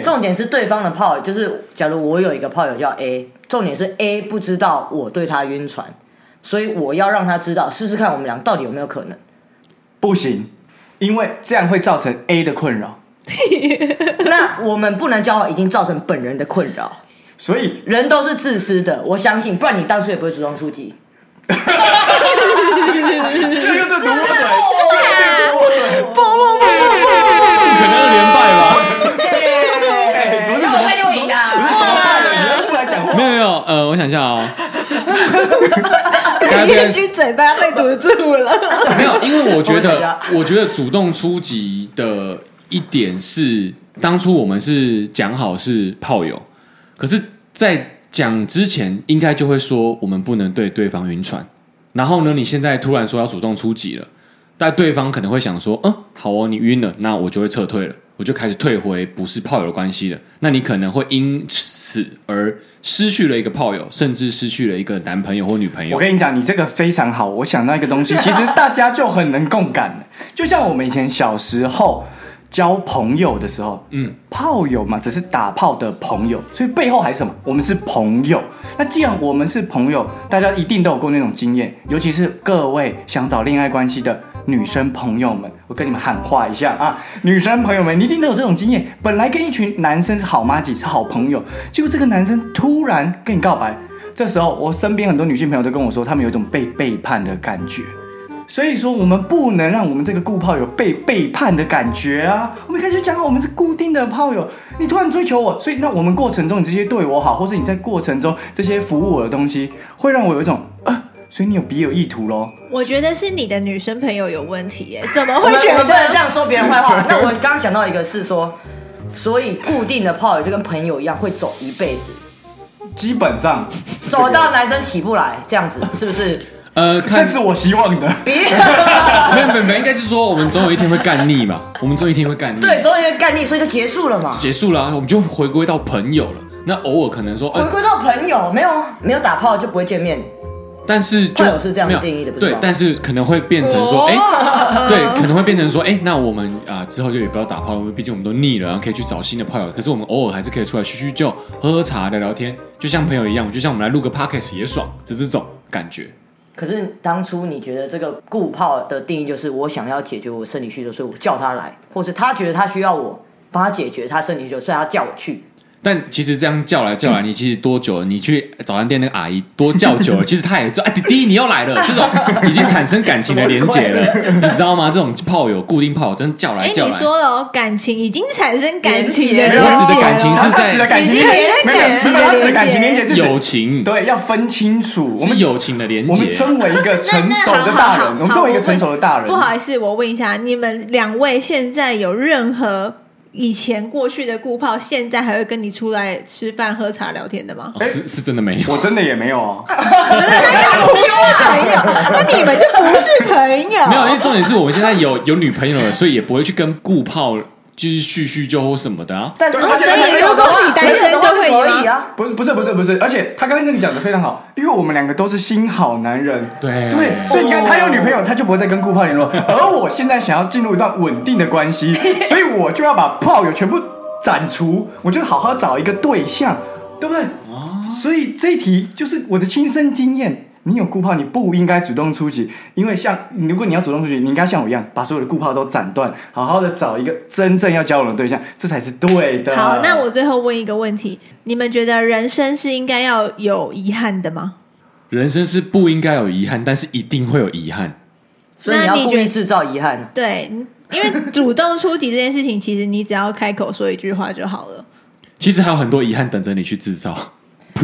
S4: 重点是对方的炮友，就是假如我有一个炮友叫 A，重点是 A 不知道我对他晕船，所以我要让他知道，试试看我们俩到底有没有可能。
S3: 不行，因为这样会造成 A 的困扰，
S4: 那我们不能交往，已经造成本人的困扰。
S3: 所以
S4: 人都是自私的，我相信，不然你当初也不会主动出击。
S3: 这又是毒我嘴，这又是毒我嘴。
S5: 可能二连败吧。
S3: 哎不是什么，
S4: 又赢
S3: 不
S4: 了。
S3: 是什么大人，你要出来讲话。
S5: 没有没有，呃，我想一下哦。刚
S6: 一
S5: 刚
S6: 句嘴巴被堵住了。
S5: 没有，因为我觉
S4: 我想一下
S5: 得，我觉得主动出击的一点是，当初我们是讲好是炮友，可是，在讲之前应该就会说我们不能对对方晕船。然后呢，你现在突然说要主动出击了，但对方可能会想说，嗯，好哦，你晕了，那我就会撤退了，我就开始退回不是炮友的关系了。那你可能会因此而失去了一个炮友，甚至失去了一个男朋友或女朋友
S3: 我。跟你讲，你这个非常好。我想到一个东 西，其实大家就很能共感。就像我们以前小时候交朋友的时候，嗯，炮友嘛，只是打炮的朋友，所以背后还是什么？我们是朋友。那既然我们是朋友，大家一定都有过那种经验，尤其是各位想找恋爱关系的女生朋友们，我跟你们喊话一下啊，女生朋友们，你一定都有这种经验。本来跟一群男生是好妈几，是好朋友，结果这个男生突然跟你告白。这时候，我身边很多女性朋友都跟我说，她们有一种被背叛的感觉。所以说，我们不能让我们这个固炮友被背叛的感觉啊！我们一开始就讲好，我们是固定的炮友，你突然追求我，所以那我们过程中你这些对我好，或是你在过程中这些服务我的东西，会让我有一种啊，所以你有别有意图喽。
S6: 我觉得是你的女生朋友有问题 耶，怎么
S4: 我
S6: 会
S4: 们
S6: 觉
S4: 我们
S6: 得
S4: 不能这样说别人坏话。 那我刚刚想到一个是说，所以固定的炮友就跟朋友一样，会走一辈子，
S3: 基本上是这个
S4: 走到男生起不来这样子，是不是？
S5: 呃，
S3: 这
S5: 看
S3: 是我希望的。
S4: 别
S5: 没有没有没有，应该是说我们总有一天会干腻嘛，我们总有一天会干腻。
S4: 对，，总有一个概念，所以就结束了嘛。
S5: 结束了啊、我们就回归到朋友了。那偶尔可能说，
S4: 回
S5: 呃，
S4: 归到朋友，没有啊没有打炮就不会见面，
S5: 但是就
S4: 朋啊友是这样
S5: 没有
S4: 定义的不是
S5: 对
S4: 吗，
S5: 但是可能会变成说，
S6: 哦
S5: 哎、对，可能会变成说，哎、那我们啊、之后就也不要打炮，因为毕竟我们都腻了，然后可以去找新的炮友。可是我们偶尔还是可以出来叙叙旧、喝喝茶、聊聊天，就像朋友一样，就像我们来录个 podcast 也爽，就这种感觉。
S4: 可是当初你觉得这个固炮的定义就是我想要解决我生理需求，所以我叫他来，或是他觉得他需要我帮他解决他生理需求，所以他叫我去。
S5: 但其实这样叫来叫
S3: 嗯
S5: 来，你其实多久了？你去早餐店那个阿姨多叫久 了，其实她也说：“哎，弟弟，你又来了。”这种已经产生感情的连结了，你知道吗？这种炮友固定炮友，真的叫来
S6: 哎，
S5: 叫
S6: 你
S5: 来。
S6: 说了哦，感情已经产生感情的
S4: 连结
S6: 连结
S4: 了
S6: 了，
S5: 我指的感情是
S3: 他指啊的感情连
S6: 已
S3: 接，
S6: 经
S3: 没有没有，
S6: 有
S3: 他指的感情连哎接是指
S5: 友情，
S3: 对，要分清楚。我
S5: 我们
S3: 们
S5: 友情的连
S3: 我们
S5: 结。
S3: 身为一个
S6: 那
S3: 成
S6: 那
S3: 熟
S6: 好
S3: 的
S6: 好
S3: 大
S6: 好，
S3: 人，我们作为一个
S6: 好
S3: 成熟的大人，
S6: 不好意思，我问一下，你们两位现在有任何以前过去的顾炮，现在还会跟你出来
S5: 哦
S6: 吃饭、喝茶、聊天的吗？
S3: 哎
S5: 哦是是真的没有，
S3: 我真的也没有哦。
S6: 那就不是啊朋友，那你们就不是 朋友。
S5: 没有，因为重点是我们现在有有女朋友了，所以也不会去跟顾炮就是叙叙旧或什么的啊。
S4: 但是
S3: 对
S6: 所以如果你单身就可
S4: 可
S6: 以吗
S4: 以啊。
S3: 不是不是不是不是，而且他刚刚那个讲的非常好，因为我们两个都是新好男人，
S5: 对
S3: 对，所以你看他有女朋友，他就不会再跟顾炮联络，而我现在想要进入一段稳定的关系，所以我就要把炮友全部斩除，我就好好找一个对象，对不对？所以这一题就是我的亲身经验。你有顾炮，你不应该主动出击，因为像如果你要主动出击，你应该像我一样，把所有的顾炮都斩断，好好的找一个真正要交往的对象，这才是对的。
S6: 好，那我最后问一个问题：你们觉得人生是应该要有遗憾的吗？
S5: 人生是不应该有遗憾，但是一定会有遗憾。
S4: 所以你要
S6: 那你
S4: 故
S6: 觉得
S4: 意制造遗憾。啊
S6: 对，因为主动出击这件事情，其实你只要开口说一句话就好了。
S5: 其实还有很多遗憾等着你去制造。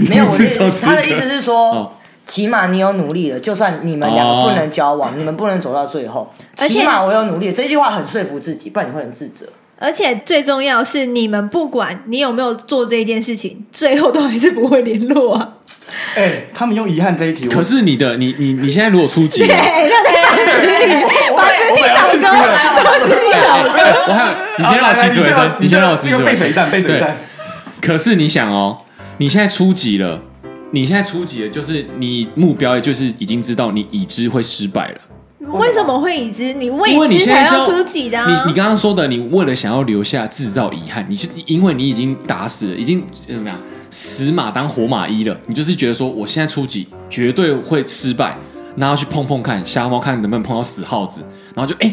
S4: 没有，我的意
S5: 制造这
S4: 思
S5: 个
S4: 他的意思是
S5: 哦
S4: 说，起码你有努力了，就算你们两个不能交往，你们不能走到最后，
S6: 而且
S4: 起码我有努力。这句话很说服自己，不然你会很自责。
S6: 而且最重要是，你们不管你有没有做这件事情，最后都还是不会联 络啊。
S3: 哎、他们用遗憾这一题，我
S5: 可是你的你你你现在如果 出击
S6: 对，
S5: 了，
S6: 那才把自己把自己 倒
S5: 啊
S6: 戈， 把自己倒戈。
S5: 我还有你先让我起死回生，你先让我起死
S3: 这个
S5: 回
S3: 背水一
S5: 生
S3: 战，。背水一
S5: 对
S3: 战。
S5: 可是你想哦，你现在初级了，你现在初级了，就是你目标，也就是已经知道你已知会失败了，
S6: 为什么会已知？你
S5: 因为
S6: 未
S5: 你
S6: 知
S5: 现在
S6: 才
S5: 是
S6: 要出击的、啊。
S5: 你你刚刚说的，你为了想要留下制造遗憾，你是因为你已经打死了，已经呃怎么样，死马当活马医了，你就是觉得说我现在初级绝对会失败，然后去碰碰看，瞎猫看能不能碰到死耗子，然后就哎。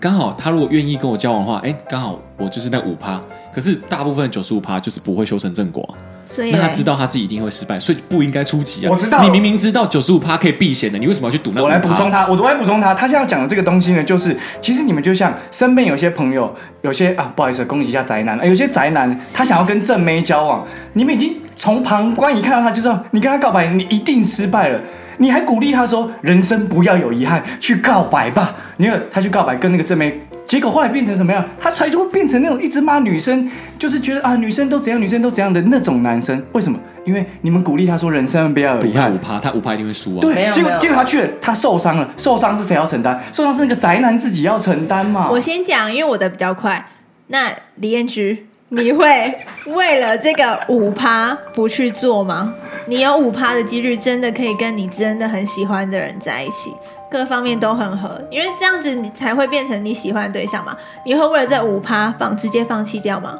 S5: 刚好他如果愿意跟我交往的话，哎，刚好我就是那五趴，可是大部分九十五趴就是不会修成正果啊、
S6: 所以
S5: 那他知道他自己一定会失败，所以不应该出击啊！
S3: 我知道
S5: 你明明知道九十五趴可以避险的，你为什么要去赌那？
S3: 我来补充，他，我我来补充他。他现在讲的这个东西呢，就是其实你们就像身边有些朋友，有些啊，不好意思，攻击一下宅男，啊有些宅男他想要跟正妹交往，你们已经从旁观一看到他就知道，你跟他告白，你一定失败了。你还鼓励他说：“人生不要有遗憾，去告白吧。”你看他去告白，跟那个正妹，结果后来变成什么样？他才就会变成那种一直骂女生，就是觉得啊，女生都怎样，女生都怎样的那种男生。为什么？因为你们鼓励他说：“人生不要有
S5: 赌
S3: 遗
S5: 他
S3: 憾。”
S5: 五趴，他五趴一定会输啊！
S4: 没
S3: 对，
S4: 有
S3: 结
S4: 没
S3: 果
S4: 有
S3: 结果他去了，他受伤了，受伤是谁要承担？受伤是那个宅男自己要承担嘛。
S6: 我先讲，因为我的比较快。那李彦菊，你会为了这个五趴不去做吗？你有五趴的几率，真的可以跟你真的很喜欢的人在一起，各方面都很合，因为这样子你才会变成你喜欢的对象嘛。你会为了这五趴放直接放弃掉吗？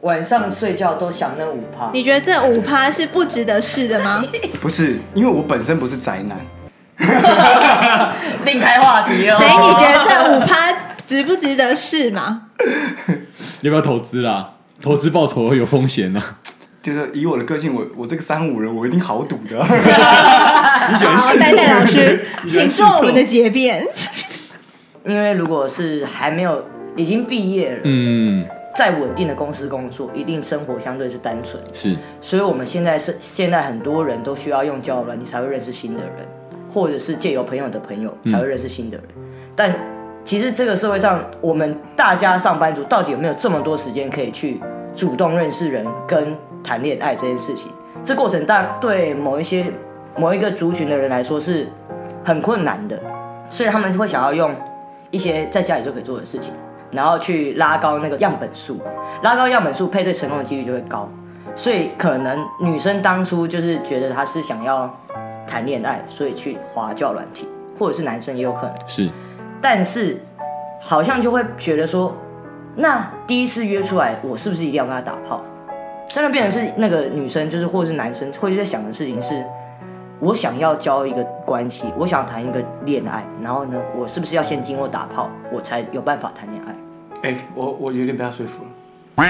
S4: 晚上睡觉都想那五趴，
S6: 你觉得这五趴是不值得试的吗？
S3: 不是，因为我本身不是宅男，
S4: 另开话题哦。
S6: 所以你觉得这五趴值不值得试嘛？
S5: 要不要投资啦？投资报酬有风险呐、啊。
S3: 就是以我的个性，我我这个三五人，我一定好赌 的。
S6: 好，戴戴老师，请做我们的结辩。
S4: 因为如果是还没有已经毕业了，
S5: 嗯，
S4: 在稳定的公司工作，一定生活相对是单纯。
S5: 是
S4: 所以我们现在是现在很多人都需要用交友软体才会认识新的人，或者是借由朋友的朋友才会认识新的人。但其实这个社会上，我们大家上班族到底有没有这么多时间可以去主动认识人跟谈恋爱这件事情？这过程当然对某一些某一个族群的人来说是很困难的，所以他们会想要用一些在家里就可以做的事情，然后去拉高那个样本数，拉高样本数配对成功的几率就会高。所以可能女生当初就是觉得她是想要谈恋爱，所以去滑教软体，或者是男生也有可能。
S5: 是，
S4: 但是好像就会觉得说，那第一次约出来，我是不是一定要跟他打炮？真的变成是那个女生，就是或者是男生会在想的事情是，我想要交一个关系，我想谈一个恋爱，然后呢，我是不是要先经过打炮，我才有办法谈恋爱？
S3: 哎、我我有点被他说服了。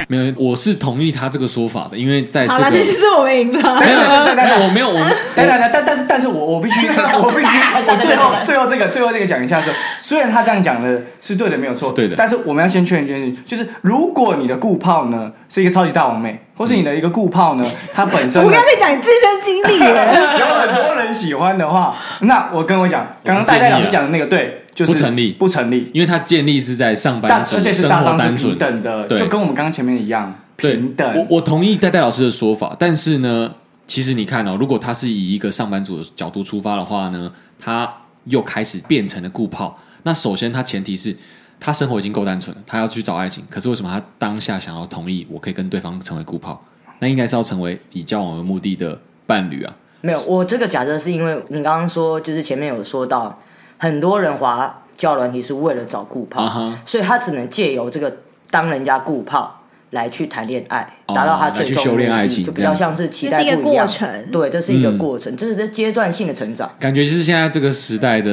S5: 没有，我是同意他这个说法的，因为在这
S6: 好了，
S5: 个
S6: 这就是我们赢了。
S5: 没有没有，我没有我
S3: 当然了，但但是但是我我必须 我必须我最后最后这个最后这个讲一下说，虽然他这样讲的是对的，没有错，
S5: 是对的
S3: 但是我们要先确认一件事情，就是如果你的顾炮呢是一个超级大王妹，或是你的一个顾 炮呢，他本身呢
S6: 不要再讲你自身经历了。
S3: 有很多人喜欢的话，那我跟我讲，刚刚戴戴老师讲的那个，对，就是
S5: 啊不成立
S3: 不成立。
S5: 因为他建立是在上
S3: 大
S5: 班族
S3: 而且是
S5: 生
S3: 大
S5: 活
S3: 方
S5: 单
S3: 是
S5: 纯
S3: 平等的，
S5: 对
S3: 就跟我们刚刚前面一样，
S5: 对
S3: 平等。
S5: 我我同意戴戴老师的说法，但是呢，其实你看哦，如果他是以一个上班族的角度出发的话呢，他又开始变成了顾炮。那首先，他前提是他生活已经够单纯了，他要去找爱情。可是为什么他当下想要同意我可以跟对方成为顾炮？那应该是要成为以交往为目的的伴侣啊。
S4: 没有，我这个假设是因为你刚刚说，就是前面有说到，很多人滑交友软体是为了找顾炮
S5: 啊哈
S4: 所以他只能借由这个当人家顾炮来去谈恋爱，
S5: 哦
S4: 达到他最
S5: 来去
S4: 终
S5: 修炼
S4: 目的
S5: 爱情
S4: 就比较像是期待
S6: 这是一个
S4: 不样
S6: 过程
S4: 对，这是一个过
S5: 嗯
S4: 程，这是这阶段性的成长。
S5: 感觉就是现在这个时代的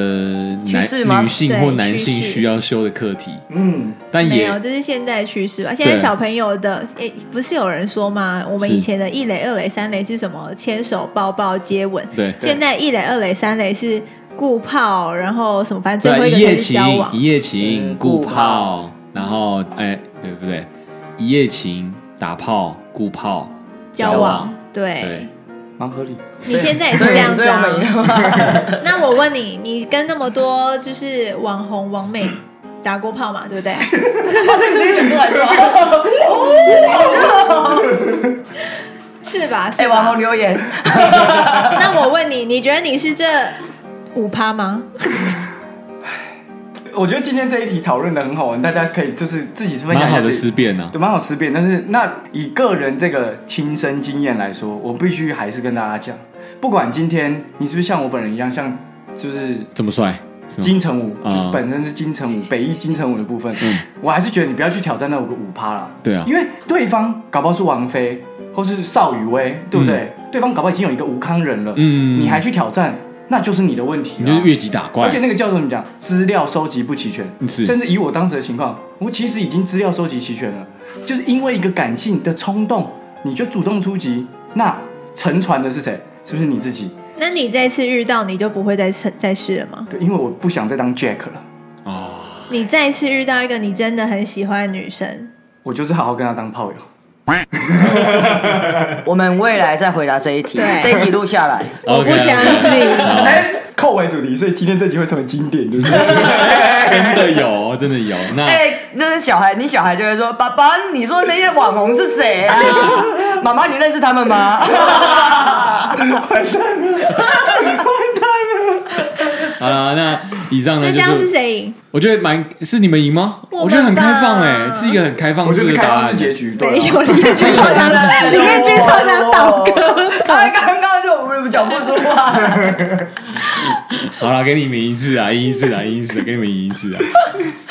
S4: 趋
S5: 男
S4: 势吗
S5: 女性或
S6: 对
S5: 男性
S6: 趋势
S5: 需要修的课题，
S3: 嗯，
S5: 但
S6: 没
S5: 也
S6: 有，这是现代趋势吧？现在
S5: 对
S6: 小朋友的，诶，不是有人说吗？我们
S5: 是
S6: 以前的一垒、二垒、三垒是什么？牵手、抱抱、接吻。
S5: 对
S6: 现在一垒、二垒、三垒是顾炮，然后什么，反正最后
S5: 对
S6: 一
S5: 一
S6: 个
S5: 夜
S6: 就是交
S5: 情，
S6: 往
S5: 一。夜情，
S4: 嗯
S5: 顾
S4: 顾
S5: 炮
S4: 炮，
S5: 然后哎，对不对？一夜情，打炮，顾炮，
S6: 交
S5: 交
S6: 往
S5: 往，
S6: 对
S5: 对，
S3: 蛮合理。
S6: 你现在也是
S4: 所以
S6: 这样子
S4: 所以我们
S6: 啊。 那我问你，你跟那么多就是网红、网美打过炮嘛？对 不对？
S4: 这个直接讲出来是吧？
S6: 是吧？
S4: 哎，
S6: 是
S4: 网
S6: 吧
S4: 红？留言，
S6: 那我问你，你觉得你是这五趴吗？
S3: 我觉得今天这一题讨论的很好玩，大家可以就是自己分享
S5: 蛮
S3: 一
S5: 好
S3: 下
S5: 的
S3: 自己
S5: 思辨啊呢。
S3: 对，蛮好思辨。但是那以个人这个亲身经验来说，我必须还是跟大家讲，不管今天你是不是像我本人一样，像就是
S5: 这么帅，是吗
S3: 金城武，
S5: 嗯
S3: 就是本身是金城武，北艺金城武的部分，我还是觉得你不要去挑战那五个五趴啦。
S5: 对啊
S3: 因为对方搞不好是王菲或是邵雨薇，对不对？对方搞不好已经有一个吴康人了，
S5: 嗯
S3: 你还去挑战，那就是你的问题
S5: 你
S3: 啦。
S5: 就是越级打怪
S3: 而且，那个教授怎么讲？资料收集不齐全，
S5: 是
S3: 甚至以我当时的情况，我其实已经资料收集齐全了，就是因为一个感性的冲动，你就主动出击，那沉船的是谁？是不是你自己？
S6: 那你这次遇到你就不会再试再试了吗？
S3: 对，因为我不想再当 Jack 了，
S5: 哦，
S6: 你再次遇到一个你真的很喜欢的女生，
S3: 我就是好好跟他当炮友。
S4: 我们未来再回答这一题
S6: 对，
S4: 这一题录下来。
S6: 我不
S5: OK，
S6: 相信。
S5: 好
S3: 哎、扣为主题，所以今天这集会成为经典，对不对？
S5: 真的有，真的有。那
S4: 哎、那是小孩，你小孩就会说：“爸爸，你说那些网红是谁 啊？妈妈，你认识他们吗？”
S5: 好了，那以上
S6: 那
S5: 呢就
S6: 这样是
S5: 是，
S6: 谁赢？
S5: 我觉得蛮是你们赢吗？
S6: 我们
S5: 我觉得很开放哎，
S6: 吧
S5: 是一个很开放
S3: 我就
S5: 式
S3: 是
S5: 的
S3: 开
S5: 答
S3: 放
S5: 案
S3: 式。结局，对
S6: 没
S3: 啊、
S6: 有李彦君超强 的，李彦君超强倒戈。
S4: 他哦刚刚就我们讲不出话。
S5: 好了，给你们一次啊，赢一次啊，赢一次啊，给你们赢一次啊。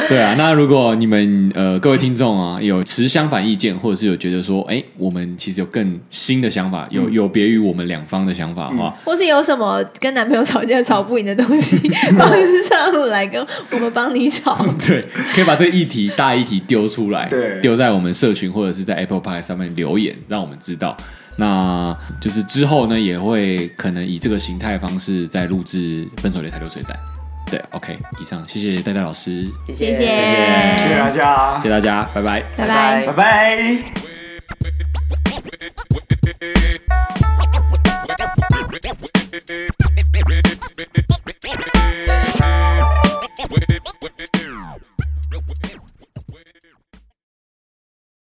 S5: 对啊，那如果你们呃各位听众啊有持相反意见，或者是有觉得说，哎、我们其实有更新的想法，有有别于我们两方的想法的话，
S6: 或是有什么跟男朋友吵架吵不赢的东西，放上来跟我们帮你吵。
S5: 对，可以把这个议题大议题丢出来，
S3: 对
S5: 丢在我们社群或者是在 Apple Pie 上面留言，让我们知道。那就是之后呢，也会可能以这个形态方式再录制《分手擂台流水仔》。对，OK，以上，谢谢戴戴老师，
S6: 谢
S3: 谢
S6: 谢，
S3: 谢大家
S5: 谢谢，大家，拜拜。
S6: 拜拜。
S3: 拜拜。
S7: Thank you.